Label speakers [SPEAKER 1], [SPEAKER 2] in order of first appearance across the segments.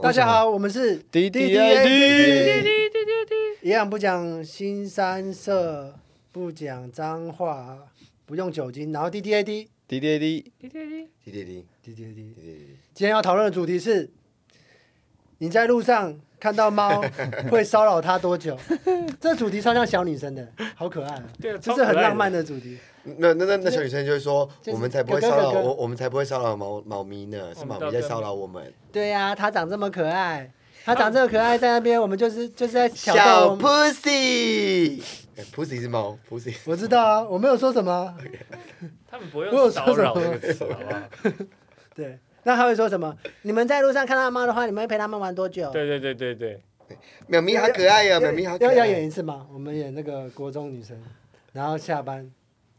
[SPEAKER 1] 大家好，我们是
[SPEAKER 2] DDID
[SPEAKER 1] 一样不讲新三色，不讲脏话，不用酒精，然后 D D A D
[SPEAKER 2] D D A D，
[SPEAKER 3] 滴滴滴
[SPEAKER 1] D D A D。
[SPEAKER 3] 滴滴滴，
[SPEAKER 1] 今天要讨论的主题是：你在路上看到猫会骚扰它多 久？这主题超像小女生的，好可爱、啊，
[SPEAKER 4] 对啊
[SPEAKER 1] 这
[SPEAKER 4] 超
[SPEAKER 1] 是
[SPEAKER 4] 可爱
[SPEAKER 1] 很
[SPEAKER 4] 的
[SPEAKER 1] 浪漫的主题。
[SPEAKER 3] 那那那那小女生就会说，
[SPEAKER 1] 就是
[SPEAKER 3] 我们才不会骚扰
[SPEAKER 1] 哥哥哥哥
[SPEAKER 3] 我，我们才不会骚扰猫猫咪呢，是猫咪在骚扰我们。
[SPEAKER 1] 对呀、它长这么可爱，它长这么可爱，在那边我们就是就是在挑逗
[SPEAKER 3] 小
[SPEAKER 1] 我们。
[SPEAKER 3] pussy，pussy 是猫，pussy
[SPEAKER 1] 我知道啊，我没有说什么啊。
[SPEAKER 4] 他们不会
[SPEAKER 1] 我有
[SPEAKER 4] 用
[SPEAKER 1] 说
[SPEAKER 4] 骚
[SPEAKER 1] 什
[SPEAKER 4] 扰
[SPEAKER 1] 么
[SPEAKER 4] 这个词，好不好？
[SPEAKER 1] 对，那他会说什么？你们在路上看到猫的话，你们会陪它们玩多久？
[SPEAKER 4] 对对对对对，
[SPEAKER 3] 喵咪好可爱呀，
[SPEAKER 1] 要
[SPEAKER 3] 喵咪好可
[SPEAKER 1] 要要演
[SPEAKER 3] 爱。
[SPEAKER 1] 一次吗？我们演那个国中女生，然后下班，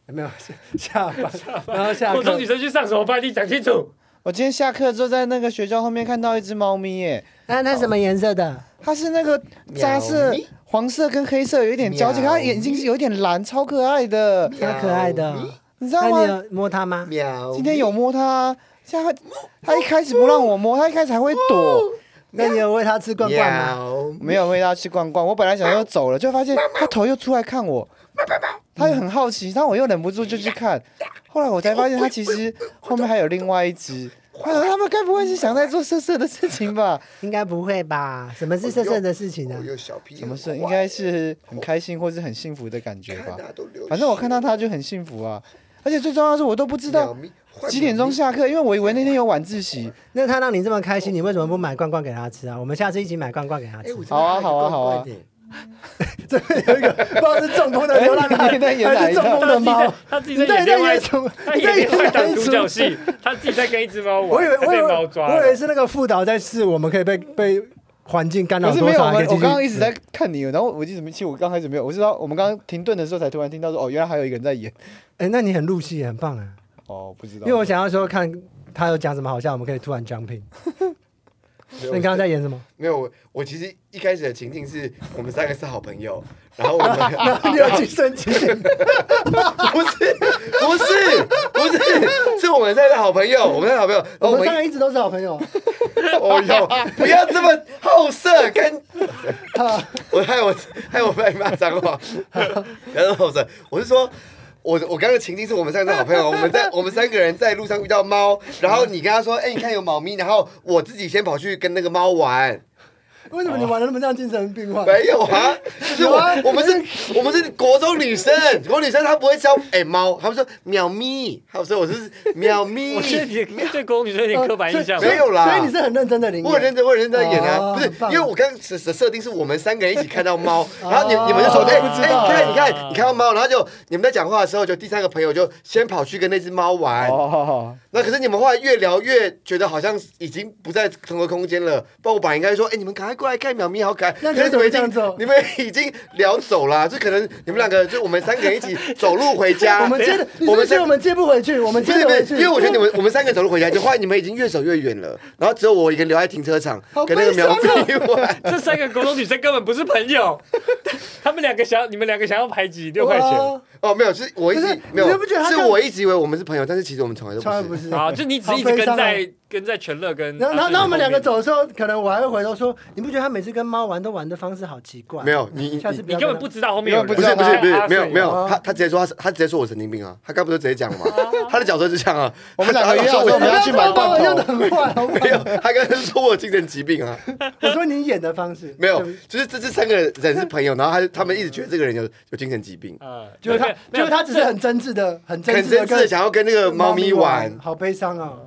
[SPEAKER 1] 哎没有 下下班，然后下
[SPEAKER 4] 国中
[SPEAKER 1] 课
[SPEAKER 4] 女，生去上什么班？你讲清楚。
[SPEAKER 2] 我今天下课之后在那个学校后面看到一只猫咪，耶，
[SPEAKER 1] 那它什么颜色的？
[SPEAKER 2] 它是那个杂色
[SPEAKER 3] 喵咪
[SPEAKER 2] 黄色跟黑色有一点交界，
[SPEAKER 3] 喵咪
[SPEAKER 2] 它眼睛是有点蓝，超可爱的，
[SPEAKER 1] 超可爱的。
[SPEAKER 2] 你知
[SPEAKER 1] 那
[SPEAKER 2] 道
[SPEAKER 3] 哎
[SPEAKER 1] 你
[SPEAKER 2] 吗？
[SPEAKER 1] 有摸它吗？
[SPEAKER 3] 喵，
[SPEAKER 2] 今天有摸它，现在它它一开始不让我摸，它一开始还会躲，
[SPEAKER 1] 那你有喂它吃罐罐吗？
[SPEAKER 3] 喵，
[SPEAKER 2] 没有喂它去逛逛。我本来想要走了，就发现它头又出来看我，它又很好奇，但我又忍不住就去看。后来我才发现，它其实后面还有另外一只。哎呦他们该不会是想在做色色的事情吧？
[SPEAKER 1] 应该不会吧？什么是色色的事情呢啊
[SPEAKER 3] 我？有小屁，
[SPEAKER 2] 什么事？应该是很开心或是很幸福的感觉
[SPEAKER 3] 看
[SPEAKER 2] 吧。
[SPEAKER 3] 啊都流血
[SPEAKER 2] 反正我看到他就很幸福啊，而且最重要的是我都不知道
[SPEAKER 3] 喵咪换
[SPEAKER 2] 几点钟
[SPEAKER 3] 喵咪
[SPEAKER 2] 下课，因为我以为那天有晚自习。
[SPEAKER 1] 那它让你这么开心，你为什么不买罐罐给它吃啊？我们下次一起买罐罐给它吃
[SPEAKER 3] 哎，我。真的
[SPEAKER 2] 好啊
[SPEAKER 3] 看到
[SPEAKER 2] 好啊
[SPEAKER 3] 一个
[SPEAKER 2] 好啊
[SPEAKER 3] 罐罐耶
[SPEAKER 1] 这边有一个不知道是中风的流 浪汉
[SPEAKER 2] 哎你 在演
[SPEAKER 1] 还是中
[SPEAKER 2] 哪一
[SPEAKER 1] 风的猫？
[SPEAKER 4] 他自己
[SPEAKER 1] 你在
[SPEAKER 4] 在演另外
[SPEAKER 1] 演
[SPEAKER 4] 一
[SPEAKER 1] 什么？
[SPEAKER 4] 他
[SPEAKER 1] 你在
[SPEAKER 4] 演
[SPEAKER 1] 演
[SPEAKER 4] 另外一档
[SPEAKER 1] 哪一
[SPEAKER 4] 独
[SPEAKER 1] 出
[SPEAKER 4] 角戏，他自己在跟一只猫玩，
[SPEAKER 1] 我以为
[SPEAKER 4] 他
[SPEAKER 1] 我以
[SPEAKER 4] 被
[SPEAKER 1] 为
[SPEAKER 4] 猫抓了。
[SPEAKER 1] 我以为是那个副导在试，我们可以被被环境干扰
[SPEAKER 2] 不是
[SPEAKER 1] 多
[SPEAKER 2] 没有，
[SPEAKER 1] 少。
[SPEAKER 2] 我
[SPEAKER 1] 还可
[SPEAKER 2] 们
[SPEAKER 1] 以继
[SPEAKER 2] 我
[SPEAKER 1] 续嗯
[SPEAKER 2] 刚刚一直在看你，然后我一直没，其实我刚开始没有，我知道我们刚刚停顿的时候才突然听到说，哦，原来还有一个人在演。
[SPEAKER 1] 哎、那你很入戏，很棒啊！
[SPEAKER 2] 哦，不知道。
[SPEAKER 1] 因为我想要说看他有讲什么好笑，我们可以突然 jumping。那你刚刚在演什 么？
[SPEAKER 3] 没有，我我其实一开始的情境是我们三个是好朋友，然后我们
[SPEAKER 1] 你有去申请？
[SPEAKER 3] 不是不是不是，是我们三个好朋友，我们三个好朋友，然后
[SPEAKER 1] 我
[SPEAKER 3] 哦我
[SPEAKER 1] 们
[SPEAKER 3] 们
[SPEAKER 1] 三个一直都是好朋友。
[SPEAKER 3] 哦 哟，不要这么好色，跟我害我害我被骂脏 话，不要这么好色。我是说，我我刚刚的情境是我们三个是好朋友，我们在我们三个人在路上遇到猫，然后你跟他说，哎、你看有猫咪，然后我自己先跑去跟那个猫玩，
[SPEAKER 1] 为什么你玩的那么像精神病
[SPEAKER 4] 哦
[SPEAKER 1] 患？
[SPEAKER 3] 没有 啊，就是我我们是，我们是国中女生，国中女生她不会叫哎猫，她们说喵咪，她说我是喵 咪
[SPEAKER 4] 我，觉得你对国中女生有点刻板印象吧。
[SPEAKER 3] 没有啦
[SPEAKER 1] 所以你是很认真的林
[SPEAKER 3] 我很认
[SPEAKER 1] 演。
[SPEAKER 3] 真，我很认真演啊，
[SPEAKER 1] 哦
[SPEAKER 3] 不是
[SPEAKER 1] 很，棒
[SPEAKER 3] 因为我刚刚设设定是我们三个人一起看到猫，然后你你们就说，哎
[SPEAKER 1] 不知
[SPEAKER 3] 哎，
[SPEAKER 1] 道
[SPEAKER 3] 你看你
[SPEAKER 4] 啊
[SPEAKER 3] 看你看到猫，然后就你们在讲话的时候，就第三个朋友就先跑去跟那只猫玩，
[SPEAKER 2] 哦，
[SPEAKER 3] 那可是你们后来越聊越觉得好像已经不在同个空间了，不然我本来应该说，哎，你们赶快过来看淼咪好可爱，
[SPEAKER 1] 那你
[SPEAKER 3] 可是
[SPEAKER 1] 怎么
[SPEAKER 3] 们已
[SPEAKER 1] 这样哦
[SPEAKER 3] 经
[SPEAKER 1] 做
[SPEAKER 3] 你们已经聊走了，啊就可能你们两个就我们三个人一起走路回家，
[SPEAKER 1] 我们接的，你是
[SPEAKER 3] 啊
[SPEAKER 1] 不
[SPEAKER 3] 我们
[SPEAKER 1] 是觉
[SPEAKER 3] 三
[SPEAKER 1] 得我们接不回去？我们
[SPEAKER 3] 不
[SPEAKER 1] 接得
[SPEAKER 3] 是不
[SPEAKER 1] 回
[SPEAKER 3] 是，
[SPEAKER 1] 去。
[SPEAKER 3] 因为我觉得你们我们三个走路回家，就后来你们已经越走越远了，然后只有我一个人留在停车场
[SPEAKER 1] 好，
[SPEAKER 3] 跟那个
[SPEAKER 1] 悲伤
[SPEAKER 3] 苗
[SPEAKER 1] 哦
[SPEAKER 3] 咪 玩。
[SPEAKER 4] 这三个国中女生根本不是朋友，他们两个想，你们两个想要排挤六块钱。
[SPEAKER 1] 哇，
[SPEAKER 3] 哦，没有，是我一
[SPEAKER 1] 可是
[SPEAKER 3] 直
[SPEAKER 1] 你
[SPEAKER 3] 没有
[SPEAKER 1] 就不觉得他，
[SPEAKER 3] 是
[SPEAKER 1] 这样
[SPEAKER 3] 我一直以为我们是朋友，但是其实我们从来都
[SPEAKER 1] 当然不
[SPEAKER 3] 不是。
[SPEAKER 1] 是。
[SPEAKER 4] 啊，就你只一
[SPEAKER 1] 好
[SPEAKER 4] 直
[SPEAKER 1] 悲
[SPEAKER 4] 跟
[SPEAKER 1] 伤啊
[SPEAKER 4] 在跟在全乐
[SPEAKER 3] 嗯
[SPEAKER 4] 跟
[SPEAKER 1] 然后，然
[SPEAKER 4] 阿
[SPEAKER 3] 啊
[SPEAKER 1] 后，
[SPEAKER 4] 顺
[SPEAKER 1] 然后我们
[SPEAKER 4] 后面
[SPEAKER 1] 两个，走的时候，可能我还会回头说，你不觉得他每次跟猫玩都玩的方式好奇怪？
[SPEAKER 3] 没有你你
[SPEAKER 1] 下次
[SPEAKER 4] 你根本不知道后面有
[SPEAKER 2] 根本
[SPEAKER 4] 人。
[SPEAKER 3] 不是不是不是
[SPEAKER 4] 阿顺啊
[SPEAKER 3] 没有没
[SPEAKER 1] 哦
[SPEAKER 3] 有，他他直接说他是他直接说我神经病啊，他刚不是直接讲了吗？ 他的角色就这样啊，
[SPEAKER 2] 我们两个
[SPEAKER 3] 他
[SPEAKER 2] 约好说
[SPEAKER 3] 说我
[SPEAKER 2] 我们要去买
[SPEAKER 1] 我用
[SPEAKER 2] 罐
[SPEAKER 1] 的
[SPEAKER 2] 头。
[SPEAKER 1] 很坏，好不好
[SPEAKER 3] 没有，他刚刚说我有精神疾病啊，
[SPEAKER 1] 我说你演的方式
[SPEAKER 3] 没有
[SPEAKER 1] 对不，
[SPEAKER 3] 就是这这三个人是朋友，然后他他们一直觉得这个人有有精神疾病，
[SPEAKER 4] 嗯，
[SPEAKER 1] 就是他，
[SPEAKER 4] 没
[SPEAKER 1] 就
[SPEAKER 4] 有
[SPEAKER 1] 是他只是很真挚的，很真
[SPEAKER 3] 很
[SPEAKER 1] 挚
[SPEAKER 3] 真
[SPEAKER 1] 的
[SPEAKER 3] 挚的
[SPEAKER 1] 跟
[SPEAKER 3] 想要跟那个猫咪玩，
[SPEAKER 1] 好悲伤哦。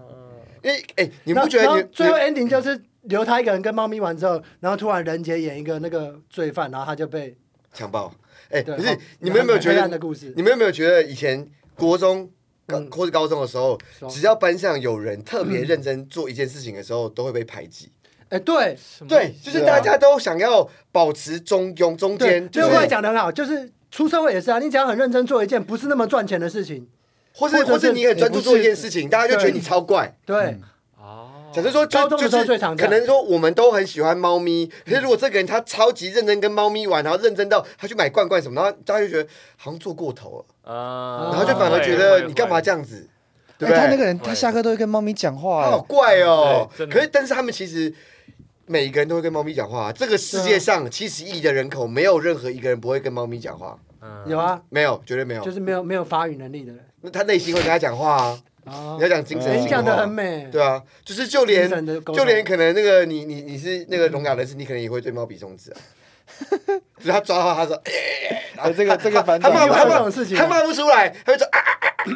[SPEAKER 3] 因为哎，你不觉
[SPEAKER 1] 然后
[SPEAKER 3] 得
[SPEAKER 1] 然
[SPEAKER 3] 你
[SPEAKER 1] 后最后
[SPEAKER 3] 你
[SPEAKER 1] ending 就是留他一个人跟猫咪玩之后，然后突然任杰演一个那个罪犯，然后他就被
[SPEAKER 3] 强暴？哎，
[SPEAKER 1] 对
[SPEAKER 3] 不
[SPEAKER 1] 好
[SPEAKER 3] 是你们有没有觉
[SPEAKER 1] 很黑
[SPEAKER 3] 得
[SPEAKER 1] 暗的故事？
[SPEAKER 3] 你们有没有觉得以前国中、高
[SPEAKER 1] 嗯
[SPEAKER 3] 或者高中的时候
[SPEAKER 1] 说，
[SPEAKER 3] 只要班上有人特别认真做一件事情的时候，都会被排挤？
[SPEAKER 1] 哎，对
[SPEAKER 3] 对，就是
[SPEAKER 2] 对啊
[SPEAKER 3] 大家都想要保持中庸，中
[SPEAKER 1] 对，
[SPEAKER 3] 间
[SPEAKER 1] 就
[SPEAKER 3] 就是是
[SPEAKER 1] 我也讲的很好，就是出社会也是啊，你只要很认真做一件不是那么赚钱的事情，
[SPEAKER 3] 或是
[SPEAKER 1] 或者是
[SPEAKER 3] 或是你很专注做一件事情，大家就觉得你超怪。
[SPEAKER 1] 对，
[SPEAKER 4] 哦，
[SPEAKER 3] 假设
[SPEAKER 1] 高
[SPEAKER 3] 说就
[SPEAKER 1] 中的
[SPEAKER 3] 就
[SPEAKER 1] 时候
[SPEAKER 3] 是
[SPEAKER 1] 最常这
[SPEAKER 3] 可
[SPEAKER 1] 样
[SPEAKER 3] 能说我们都很喜欢猫咪，可是如果这个人他超级认真跟猫咪玩，然后认真到他去买罐罐什么，然后大家就觉得好像做过头了，
[SPEAKER 4] 啊
[SPEAKER 1] 哦
[SPEAKER 3] 然后就反而觉
[SPEAKER 4] 会
[SPEAKER 3] 得
[SPEAKER 4] 会
[SPEAKER 3] 你干嘛
[SPEAKER 4] 会
[SPEAKER 3] 这样子，对
[SPEAKER 2] 哎，
[SPEAKER 3] 不对？
[SPEAKER 2] 他那个人，他下课都会跟猫咪讲话
[SPEAKER 3] 他好
[SPEAKER 2] 哎。
[SPEAKER 3] 怪哦、
[SPEAKER 4] 对真的
[SPEAKER 3] 可是，但是他们其实每个人都会跟猫咪讲话、啊这个世界上七十亿的人口，没有任何一个人不会跟猫咪讲话，
[SPEAKER 4] 嗯
[SPEAKER 1] 有啊，
[SPEAKER 3] 没有，绝对没有。
[SPEAKER 1] 就是没有没有发语能力的人
[SPEAKER 3] 那他内心会跟他讲话啊，
[SPEAKER 1] 啊
[SPEAKER 3] 你要。讲精神
[SPEAKER 2] 人
[SPEAKER 1] 人
[SPEAKER 3] 性的
[SPEAKER 1] 讲的很
[SPEAKER 3] 话。
[SPEAKER 1] 美，
[SPEAKER 3] 对啊，就是就
[SPEAKER 1] 精
[SPEAKER 3] 连
[SPEAKER 1] 神的沟通
[SPEAKER 3] 就连可能那个你你你是那个聋哑人士，你可能也会对猫比中指啊。就是他抓到他说，
[SPEAKER 2] 哎， 这个这个反
[SPEAKER 3] 他
[SPEAKER 2] 转
[SPEAKER 3] 骂
[SPEAKER 1] 有
[SPEAKER 3] 他
[SPEAKER 1] 这
[SPEAKER 3] 骂
[SPEAKER 1] 种事情啊
[SPEAKER 3] 他骂不出来，他会说啊啊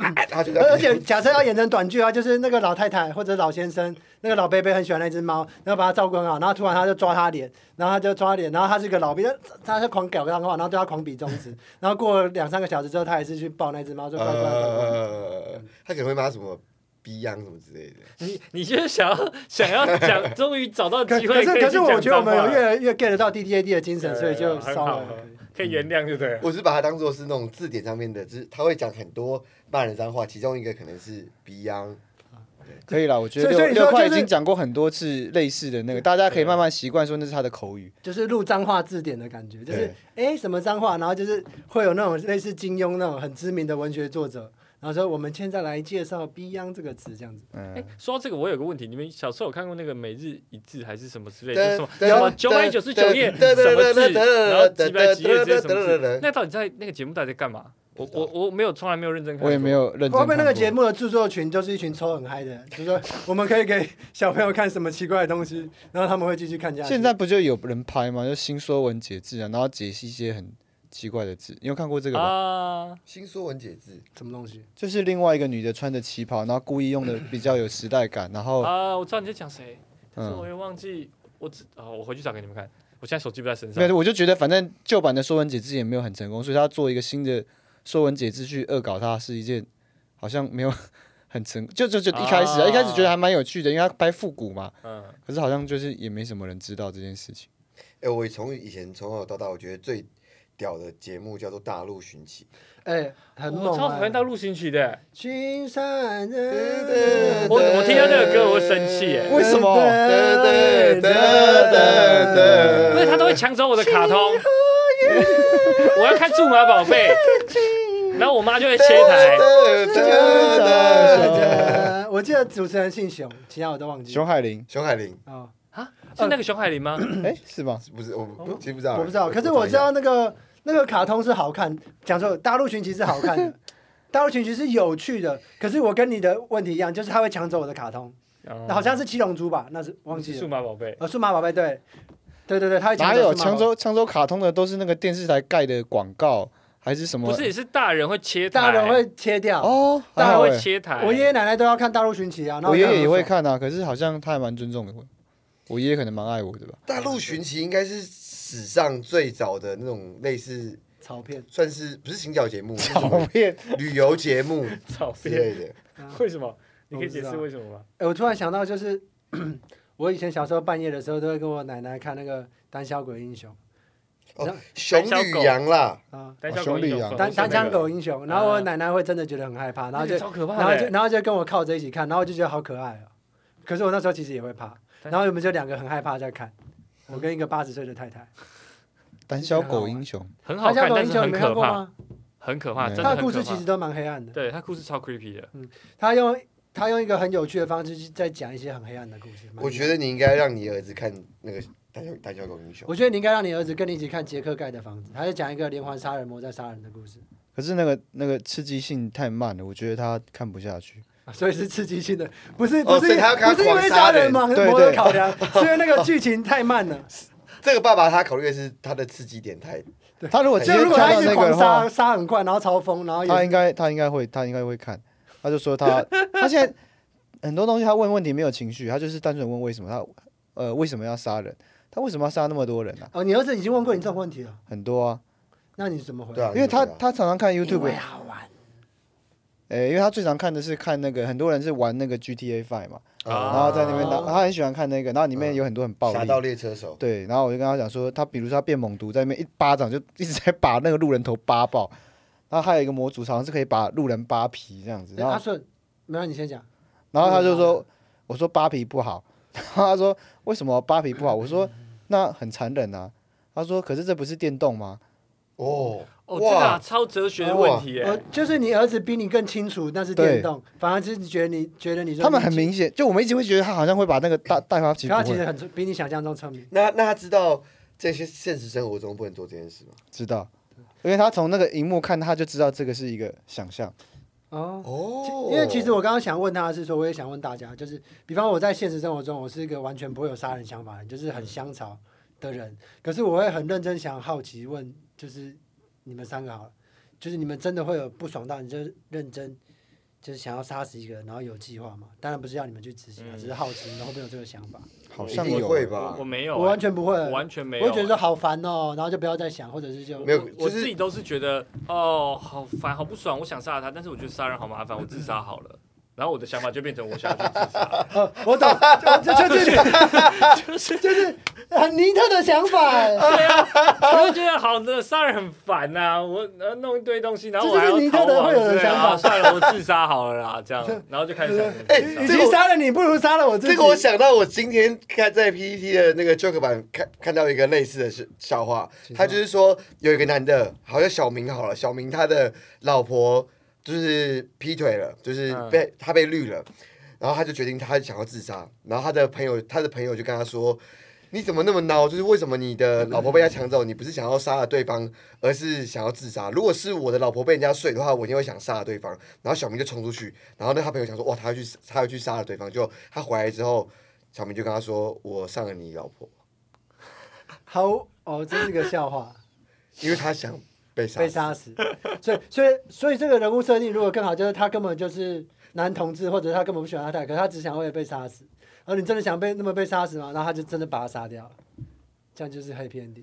[SPEAKER 3] 啊啊啊，他就这样
[SPEAKER 1] 而而且假设要演成短剧啊，就是那个老太太或者老先生，那个老伯伯很喜欢那只猫，然后把它照顾很好，然后突然他就抓他脸，然后他就抓脸，然后他是个老兵，他就狂搞他话，然后对他狂比中指，然后过了两三个小时之后，他还是去抱那只猫，说乖乖乖乖乖。
[SPEAKER 3] 呃，他可能会骂什么逼样什么之类的。
[SPEAKER 4] 你你就是想要想要讲，终于找到
[SPEAKER 1] 可
[SPEAKER 4] 机
[SPEAKER 1] 可
[SPEAKER 4] 会
[SPEAKER 1] 是
[SPEAKER 4] 以
[SPEAKER 1] 可
[SPEAKER 4] 去
[SPEAKER 1] 是我
[SPEAKER 4] 讲
[SPEAKER 1] 觉得我
[SPEAKER 4] 脏话
[SPEAKER 1] 们有
[SPEAKER 4] 了，
[SPEAKER 1] 越越 get 得到 D D A D 的精神，所以就
[SPEAKER 4] 很
[SPEAKER 1] 稍
[SPEAKER 4] 好
[SPEAKER 1] 微可以
[SPEAKER 4] 可以原谅，就对了。
[SPEAKER 3] 我是把它当做是那种字典上面的，就是他会讲很多骂人脏话，其中一个可能是逼样。
[SPEAKER 2] 可以了，我觉得
[SPEAKER 1] 所以所以
[SPEAKER 2] 六
[SPEAKER 1] 你说
[SPEAKER 2] 六块已
[SPEAKER 1] 就是
[SPEAKER 2] 经讲过很多次类似的那个，大家可以慢慢习惯说那是他的口语。
[SPEAKER 1] 就是录脏话字典的感觉，就是
[SPEAKER 3] 对
[SPEAKER 1] 哎、诶什么脏话，然后就是会有那种类似金庸那种很知名的文学作者，然后说我们现在来介绍 “beyond” 这个词，这样子。
[SPEAKER 4] 哎
[SPEAKER 2] 嗯，，
[SPEAKER 4] 说到这个，我有个问题，你们小时候有看过那个每日一字还是什么之类，就是
[SPEAKER 3] 噔
[SPEAKER 4] 什么
[SPEAKER 3] 噔
[SPEAKER 4] 什么九百九十九页
[SPEAKER 3] 噔噔
[SPEAKER 4] 什么字，
[SPEAKER 3] 噔噔噔
[SPEAKER 4] 然后几百几页
[SPEAKER 3] 噔
[SPEAKER 4] 之类什么
[SPEAKER 3] 噔噔噔
[SPEAKER 4] 字，那到底在那个节目到底在干嘛？我我我没有从来没有认真看，
[SPEAKER 2] 我也没。有认真看过。
[SPEAKER 1] 后面那个节目的制作群就是一群抽很嗨的人，就是说我们可以给小朋友看什么奇怪的东西，然后他们会继续看下去。
[SPEAKER 2] 现在不就有人拍吗？就新说文解字啊，然后解析一些很奇怪的字。你有看过这个吧？
[SPEAKER 4] 啊，
[SPEAKER 3] 新说文解字，
[SPEAKER 1] 什么东西？
[SPEAKER 2] 就是另外一个女的穿着旗袍，然后故意用的比较有时代感，然后
[SPEAKER 4] 啊，我知道你在讲谁，但是
[SPEAKER 2] 嗯
[SPEAKER 4] 我也忘记，我只啊，我回去找给你们看。我现在手机不在身
[SPEAKER 2] 没
[SPEAKER 4] 上。
[SPEAKER 1] 啊
[SPEAKER 2] 有，我就觉得反正旧版的《说文解字》也没有很成功，所以他做一个新的《说文解字》去恶搞它是一件好像没有很成， 就就就一开始啊，
[SPEAKER 4] 啊
[SPEAKER 2] 一开始觉得还蛮有趣的，因为他拍复古嘛，
[SPEAKER 4] 嗯，
[SPEAKER 2] 可是好像就是也没什么人知道这件事情。
[SPEAKER 3] 哎，我从以前从小到大，我觉得最屌的节目叫做《大陆寻奇
[SPEAKER 1] 哎、很
[SPEAKER 4] 我
[SPEAKER 1] 猛、
[SPEAKER 4] 超讨厌到
[SPEAKER 1] 啊！
[SPEAKER 4] 陆行曲的，
[SPEAKER 1] 群山人
[SPEAKER 3] 噔
[SPEAKER 4] 我我听到那个歌我会生气耶，
[SPEAKER 2] 为什么
[SPEAKER 3] 噔噔噔噔
[SPEAKER 4] 因为他都会抢走我的卡通，我要看数码宝贝，然后我妈就会切台》。。
[SPEAKER 1] 噔我记得主持人姓熊，其他我都忘记了。
[SPEAKER 2] 熊海林，
[SPEAKER 3] 熊海林
[SPEAKER 1] 哦，
[SPEAKER 4] 啊，是那个熊海林吗？
[SPEAKER 2] 哎、是吧？
[SPEAKER 3] 不是我，
[SPEAKER 4] 哦
[SPEAKER 3] 我其实不知道，
[SPEAKER 1] 啊我不知道，可是我知道那个那个卡通是好看，讲说大陆寻奇是好看的，大陆寻奇是有趣的。可是我跟你的问题一样，就是他会抢走我的卡通，嗯好像是七龙珠吧？那是忘记
[SPEAKER 4] 数
[SPEAKER 1] 了，哦
[SPEAKER 4] 码宝贝。
[SPEAKER 1] 呃，数码宝贝对，对对对，他会抢
[SPEAKER 2] 哪
[SPEAKER 1] 走
[SPEAKER 2] 有
[SPEAKER 1] 数码宝
[SPEAKER 2] 抢
[SPEAKER 1] 贝
[SPEAKER 2] 走抢走卡通的都是那个电视台盖的广告还是什么？
[SPEAKER 4] 不是，是大人会切台，
[SPEAKER 1] 大人会切掉。
[SPEAKER 2] 哦，还
[SPEAKER 4] 大
[SPEAKER 2] 好
[SPEAKER 4] 人会
[SPEAKER 2] 欸
[SPEAKER 4] 切台。
[SPEAKER 1] 我爷爷奶奶都要看大陆寻奇啊，然后
[SPEAKER 2] 我爷爷也会
[SPEAKER 1] 看。
[SPEAKER 2] 看啊，可是好像他还蛮尊重的我，我爷爷可能蛮爱我的吧。
[SPEAKER 3] 大陆寻奇应该是史上最早的那种类似，
[SPEAKER 1] 草片，
[SPEAKER 3] 算是不是行脚节目，是什
[SPEAKER 2] 讨
[SPEAKER 3] 么
[SPEAKER 2] 厌，
[SPEAKER 3] 旅游节目
[SPEAKER 4] 草
[SPEAKER 3] 之
[SPEAKER 4] 编，
[SPEAKER 3] 类的。
[SPEAKER 4] 为什么？你可以
[SPEAKER 1] 我不知
[SPEAKER 4] 解
[SPEAKER 1] 道
[SPEAKER 4] 释为什么吗？
[SPEAKER 1] 哎、我突然想到，就是 我以前小时候半夜的时候，都会跟我奶奶看那个《胆小鬼英雄
[SPEAKER 3] 哦，熊与羊啦，》
[SPEAKER 1] 啊，
[SPEAKER 4] 胆
[SPEAKER 2] 哦
[SPEAKER 4] 小
[SPEAKER 2] 熊
[SPEAKER 4] 狗
[SPEAKER 2] 里
[SPEAKER 4] 英雄
[SPEAKER 2] 啊
[SPEAKER 4] 粉
[SPEAKER 1] 胆
[SPEAKER 4] 红色
[SPEAKER 1] 胆
[SPEAKER 4] 那
[SPEAKER 1] 小
[SPEAKER 4] 个
[SPEAKER 1] 狗英雄，然后
[SPEAKER 4] 啊
[SPEAKER 1] 我奶奶会真的觉得很害怕，然后
[SPEAKER 4] 那
[SPEAKER 1] 就
[SPEAKER 4] 个超可
[SPEAKER 1] 然
[SPEAKER 4] 怕
[SPEAKER 1] 后就
[SPEAKER 4] 的。
[SPEAKER 1] 然后就跟我靠着一起看，然后我就觉得好可爱哦、可是我那时候其实也会怕，然后我们就两个很害怕在看，我跟一个八十岁的太太。
[SPEAKER 2] 胆小狗英雄，
[SPEAKER 4] 很好
[SPEAKER 1] 胆小
[SPEAKER 4] 看，
[SPEAKER 1] 狗
[SPEAKER 4] 但
[SPEAKER 1] 英
[SPEAKER 4] 是
[SPEAKER 1] 雄
[SPEAKER 4] 很
[SPEAKER 1] 你没看
[SPEAKER 4] 可
[SPEAKER 1] 过
[SPEAKER 4] 怕，
[SPEAKER 1] 吗？
[SPEAKER 4] 很可怕，
[SPEAKER 2] 没
[SPEAKER 4] 真
[SPEAKER 2] 有
[SPEAKER 4] 的
[SPEAKER 1] 他
[SPEAKER 4] 很
[SPEAKER 1] 的故事
[SPEAKER 4] 可
[SPEAKER 1] 其实
[SPEAKER 4] 怕。
[SPEAKER 1] 都蛮黑暗的，
[SPEAKER 4] 对他故事超 creepy 的，
[SPEAKER 1] 他用他用一个很有趣的方式去在讲一些很黑暗的故事。蛮
[SPEAKER 3] 我觉得你应该让你儿子看那个《胆小胆小狗英雄》
[SPEAKER 1] 我觉得你应该让你儿子跟你一起看杰克盖的房子，他在讲一个连环杀人魔在杀人的故事，
[SPEAKER 2] 可是那个那个刺激性太慢了，我觉得他看不下去。
[SPEAKER 4] 啊
[SPEAKER 1] 所以是刺激性的，不是不
[SPEAKER 3] 哦
[SPEAKER 1] 是、
[SPEAKER 3] 所以他要看
[SPEAKER 1] 不是因
[SPEAKER 3] 狂
[SPEAKER 1] 为
[SPEAKER 3] 杀
[SPEAKER 1] 杀
[SPEAKER 3] 人
[SPEAKER 1] 人魔
[SPEAKER 2] 对
[SPEAKER 1] 魔
[SPEAKER 2] 对
[SPEAKER 1] 的考量，是因为那个剧情太慢了。
[SPEAKER 3] 这个爸爸他考虑的是他的刺激点太，
[SPEAKER 2] 他如果直
[SPEAKER 1] 哦 就
[SPEAKER 2] 接
[SPEAKER 1] 如果
[SPEAKER 2] 跳
[SPEAKER 1] 他
[SPEAKER 2] 到
[SPEAKER 1] 一直
[SPEAKER 2] 那个
[SPEAKER 1] 狂
[SPEAKER 2] 的
[SPEAKER 1] 杀
[SPEAKER 2] 话，
[SPEAKER 1] 杀很快，然后嘲讽，然后
[SPEAKER 2] 他
[SPEAKER 1] 也
[SPEAKER 2] 应该他应该会他应该会看。他就 说他他现在很多东西他问问题没有情绪，他就是单纯问为什么他呃为什么要杀人，他为什么要杀那么多人啊？
[SPEAKER 1] 哦，你儿子已经问过你这种问题了，
[SPEAKER 2] 很多啊，
[SPEAKER 1] 那你怎么回？
[SPEAKER 3] 对啊，
[SPEAKER 2] 因为他
[SPEAKER 3] 对啊
[SPEAKER 2] 他常常看
[SPEAKER 1] 因
[SPEAKER 2] YouTube，
[SPEAKER 1] 为好玩。
[SPEAKER 2] 呃、因为他最常看的是看那个很多人是玩那个 GTA Five 嘛，
[SPEAKER 4] 啊
[SPEAKER 2] 然后在那边打，
[SPEAKER 1] 哦嗯
[SPEAKER 2] 他很喜欢看那个，然后里面有很多很暴
[SPEAKER 3] 侠
[SPEAKER 2] 力
[SPEAKER 3] 盗猎车手，
[SPEAKER 2] 对，然后我就跟他讲说，他比如说他变猛毒，在那边一巴掌就一直在把那个路人头扒爆，然后还有一个模组好像是可以把路人扒皮这样子，
[SPEAKER 1] 哎
[SPEAKER 2] 然
[SPEAKER 1] 阿
[SPEAKER 2] 后
[SPEAKER 1] 顺，没有你先讲。
[SPEAKER 2] 然后他就
[SPEAKER 1] 路
[SPEAKER 2] 说，我说扒皮不好，然后他说为什么扒皮不好？我说那很残忍啊，他说可是这不是电动吗？
[SPEAKER 3] 哦，
[SPEAKER 4] 哦，这个啊超哲学的问
[SPEAKER 1] 我
[SPEAKER 4] 题耶，
[SPEAKER 1] 哦就是你儿子比你更清楚那是电动，反而就是觉得你觉得你说
[SPEAKER 2] 他们
[SPEAKER 1] 你
[SPEAKER 2] 很明显，就我们一直会觉得他好像会把那 个大大发
[SPEAKER 1] 可
[SPEAKER 2] 其实
[SPEAKER 1] 他
[SPEAKER 2] 不
[SPEAKER 1] 其实
[SPEAKER 2] 会
[SPEAKER 1] 很比你想象中聪明。
[SPEAKER 3] 那那他知道这些现实生活中不能做这件事吗？
[SPEAKER 2] 知道，因为他从那个荧幕看他就知道这个是一个想象。
[SPEAKER 1] 哦，
[SPEAKER 3] 哦
[SPEAKER 1] 因为其实我刚刚想问他的是说，我也想问大家，就是比方我在现实生活中，我是一个完全不会有杀人想法的人，就是很香草的人，可是我会很认真想好奇问，就是你们三个好了，就是你们真的会有不爽到你就是认真。就是想要杀死一个人，然后有计划嘛？当然不是要你们去执行啊，
[SPEAKER 4] 嗯
[SPEAKER 1] 只是好奇，你们会不会有这个想法？
[SPEAKER 2] 好
[SPEAKER 3] 一
[SPEAKER 2] 像
[SPEAKER 3] 定
[SPEAKER 2] 有
[SPEAKER 3] 会
[SPEAKER 4] 我
[SPEAKER 3] 吧
[SPEAKER 4] 我？没有
[SPEAKER 1] 我
[SPEAKER 4] 耶，
[SPEAKER 1] 完全不会，
[SPEAKER 4] 我完全没
[SPEAKER 1] 我
[SPEAKER 4] 有
[SPEAKER 1] 会
[SPEAKER 4] 啊
[SPEAKER 1] 觉得
[SPEAKER 4] 耶。
[SPEAKER 1] 说好烦哦，然后就不要再想，或者是就
[SPEAKER 3] 没有
[SPEAKER 4] 我
[SPEAKER 3] 就
[SPEAKER 4] 我
[SPEAKER 3] 是
[SPEAKER 4] 自己都是觉得哦，好烦，好不爽，我想杀了他，但是我觉得杀人好麻烦，我自杀好了。然后我的想法就变成我想要去自 杀，
[SPEAKER 1] 呃，我懂，就就就是就是很尼特的想法，
[SPEAKER 4] 啊我就觉得好的杀人很烦呐、我呃弄一堆东西，然后我还
[SPEAKER 1] 这就是尼
[SPEAKER 4] 要逃
[SPEAKER 1] 特的
[SPEAKER 4] 亡
[SPEAKER 1] 会有的
[SPEAKER 4] 之类的，
[SPEAKER 1] 想法
[SPEAKER 4] 啊算了，我自杀好了啦，这样，然后就开始想怎么自杀
[SPEAKER 1] 与
[SPEAKER 3] 这个
[SPEAKER 1] 其
[SPEAKER 3] 我
[SPEAKER 1] 杀了你，不如杀了我自己。
[SPEAKER 3] 这个我想到，我今天看在 PPT 的那个 joke 版看看到一个类似的是笑话，他就是说有一个男的，好像小明好了，小明他的老婆就是劈腿了，就是
[SPEAKER 4] 嗯
[SPEAKER 3] 被、他被绿了，然后他就决定他想要自杀，然后他的朋友他的朋友就跟他说。你怎么那么孬？就是为什么你的老婆被人家抢走，你不是想要杀了对方，而是想要自杀？如果是我的老婆被人家睡的话，我一定会想杀了对方。然后小明就冲出去，然后那他朋友想说，哇，他要去，他要去杀了对方。就他回来之后，小明就跟他说，我上了你老婆，
[SPEAKER 1] 好哦，这是个笑话，
[SPEAKER 3] 因为他想被杀。
[SPEAKER 1] 被杀死。所以所以所以这个人物设定如果更好，就是他根本就是男同志，或者他根本不喜欢他太太，可是他只想为了被杀死。而你真的想被那么被杀死吗？然后他就真的把他杀掉了，这样就是黑片的。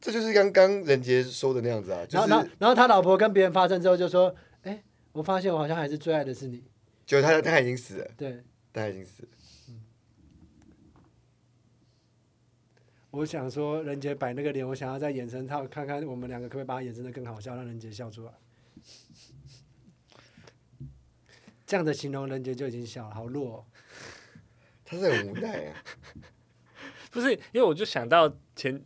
[SPEAKER 3] 这就是刚刚任杰说的那样子啊，就
[SPEAKER 1] 然后然后
[SPEAKER 3] 是
[SPEAKER 1] 然后他老婆跟别人发生之后就说：“哎、我发现我好像还是最爱的是你。
[SPEAKER 3] 就他他已经死了”，
[SPEAKER 1] 对。
[SPEAKER 3] 他已经死了。
[SPEAKER 1] 我想说，任杰摆那个脸，我想要再衍生套，看看我们两个可不可以把它衍生的更好笑，让任杰笑出来。这样的形容，任杰就已经笑了，好弱、哦。
[SPEAKER 3] 他是很无奈啊，
[SPEAKER 4] 不是，因为我就想到前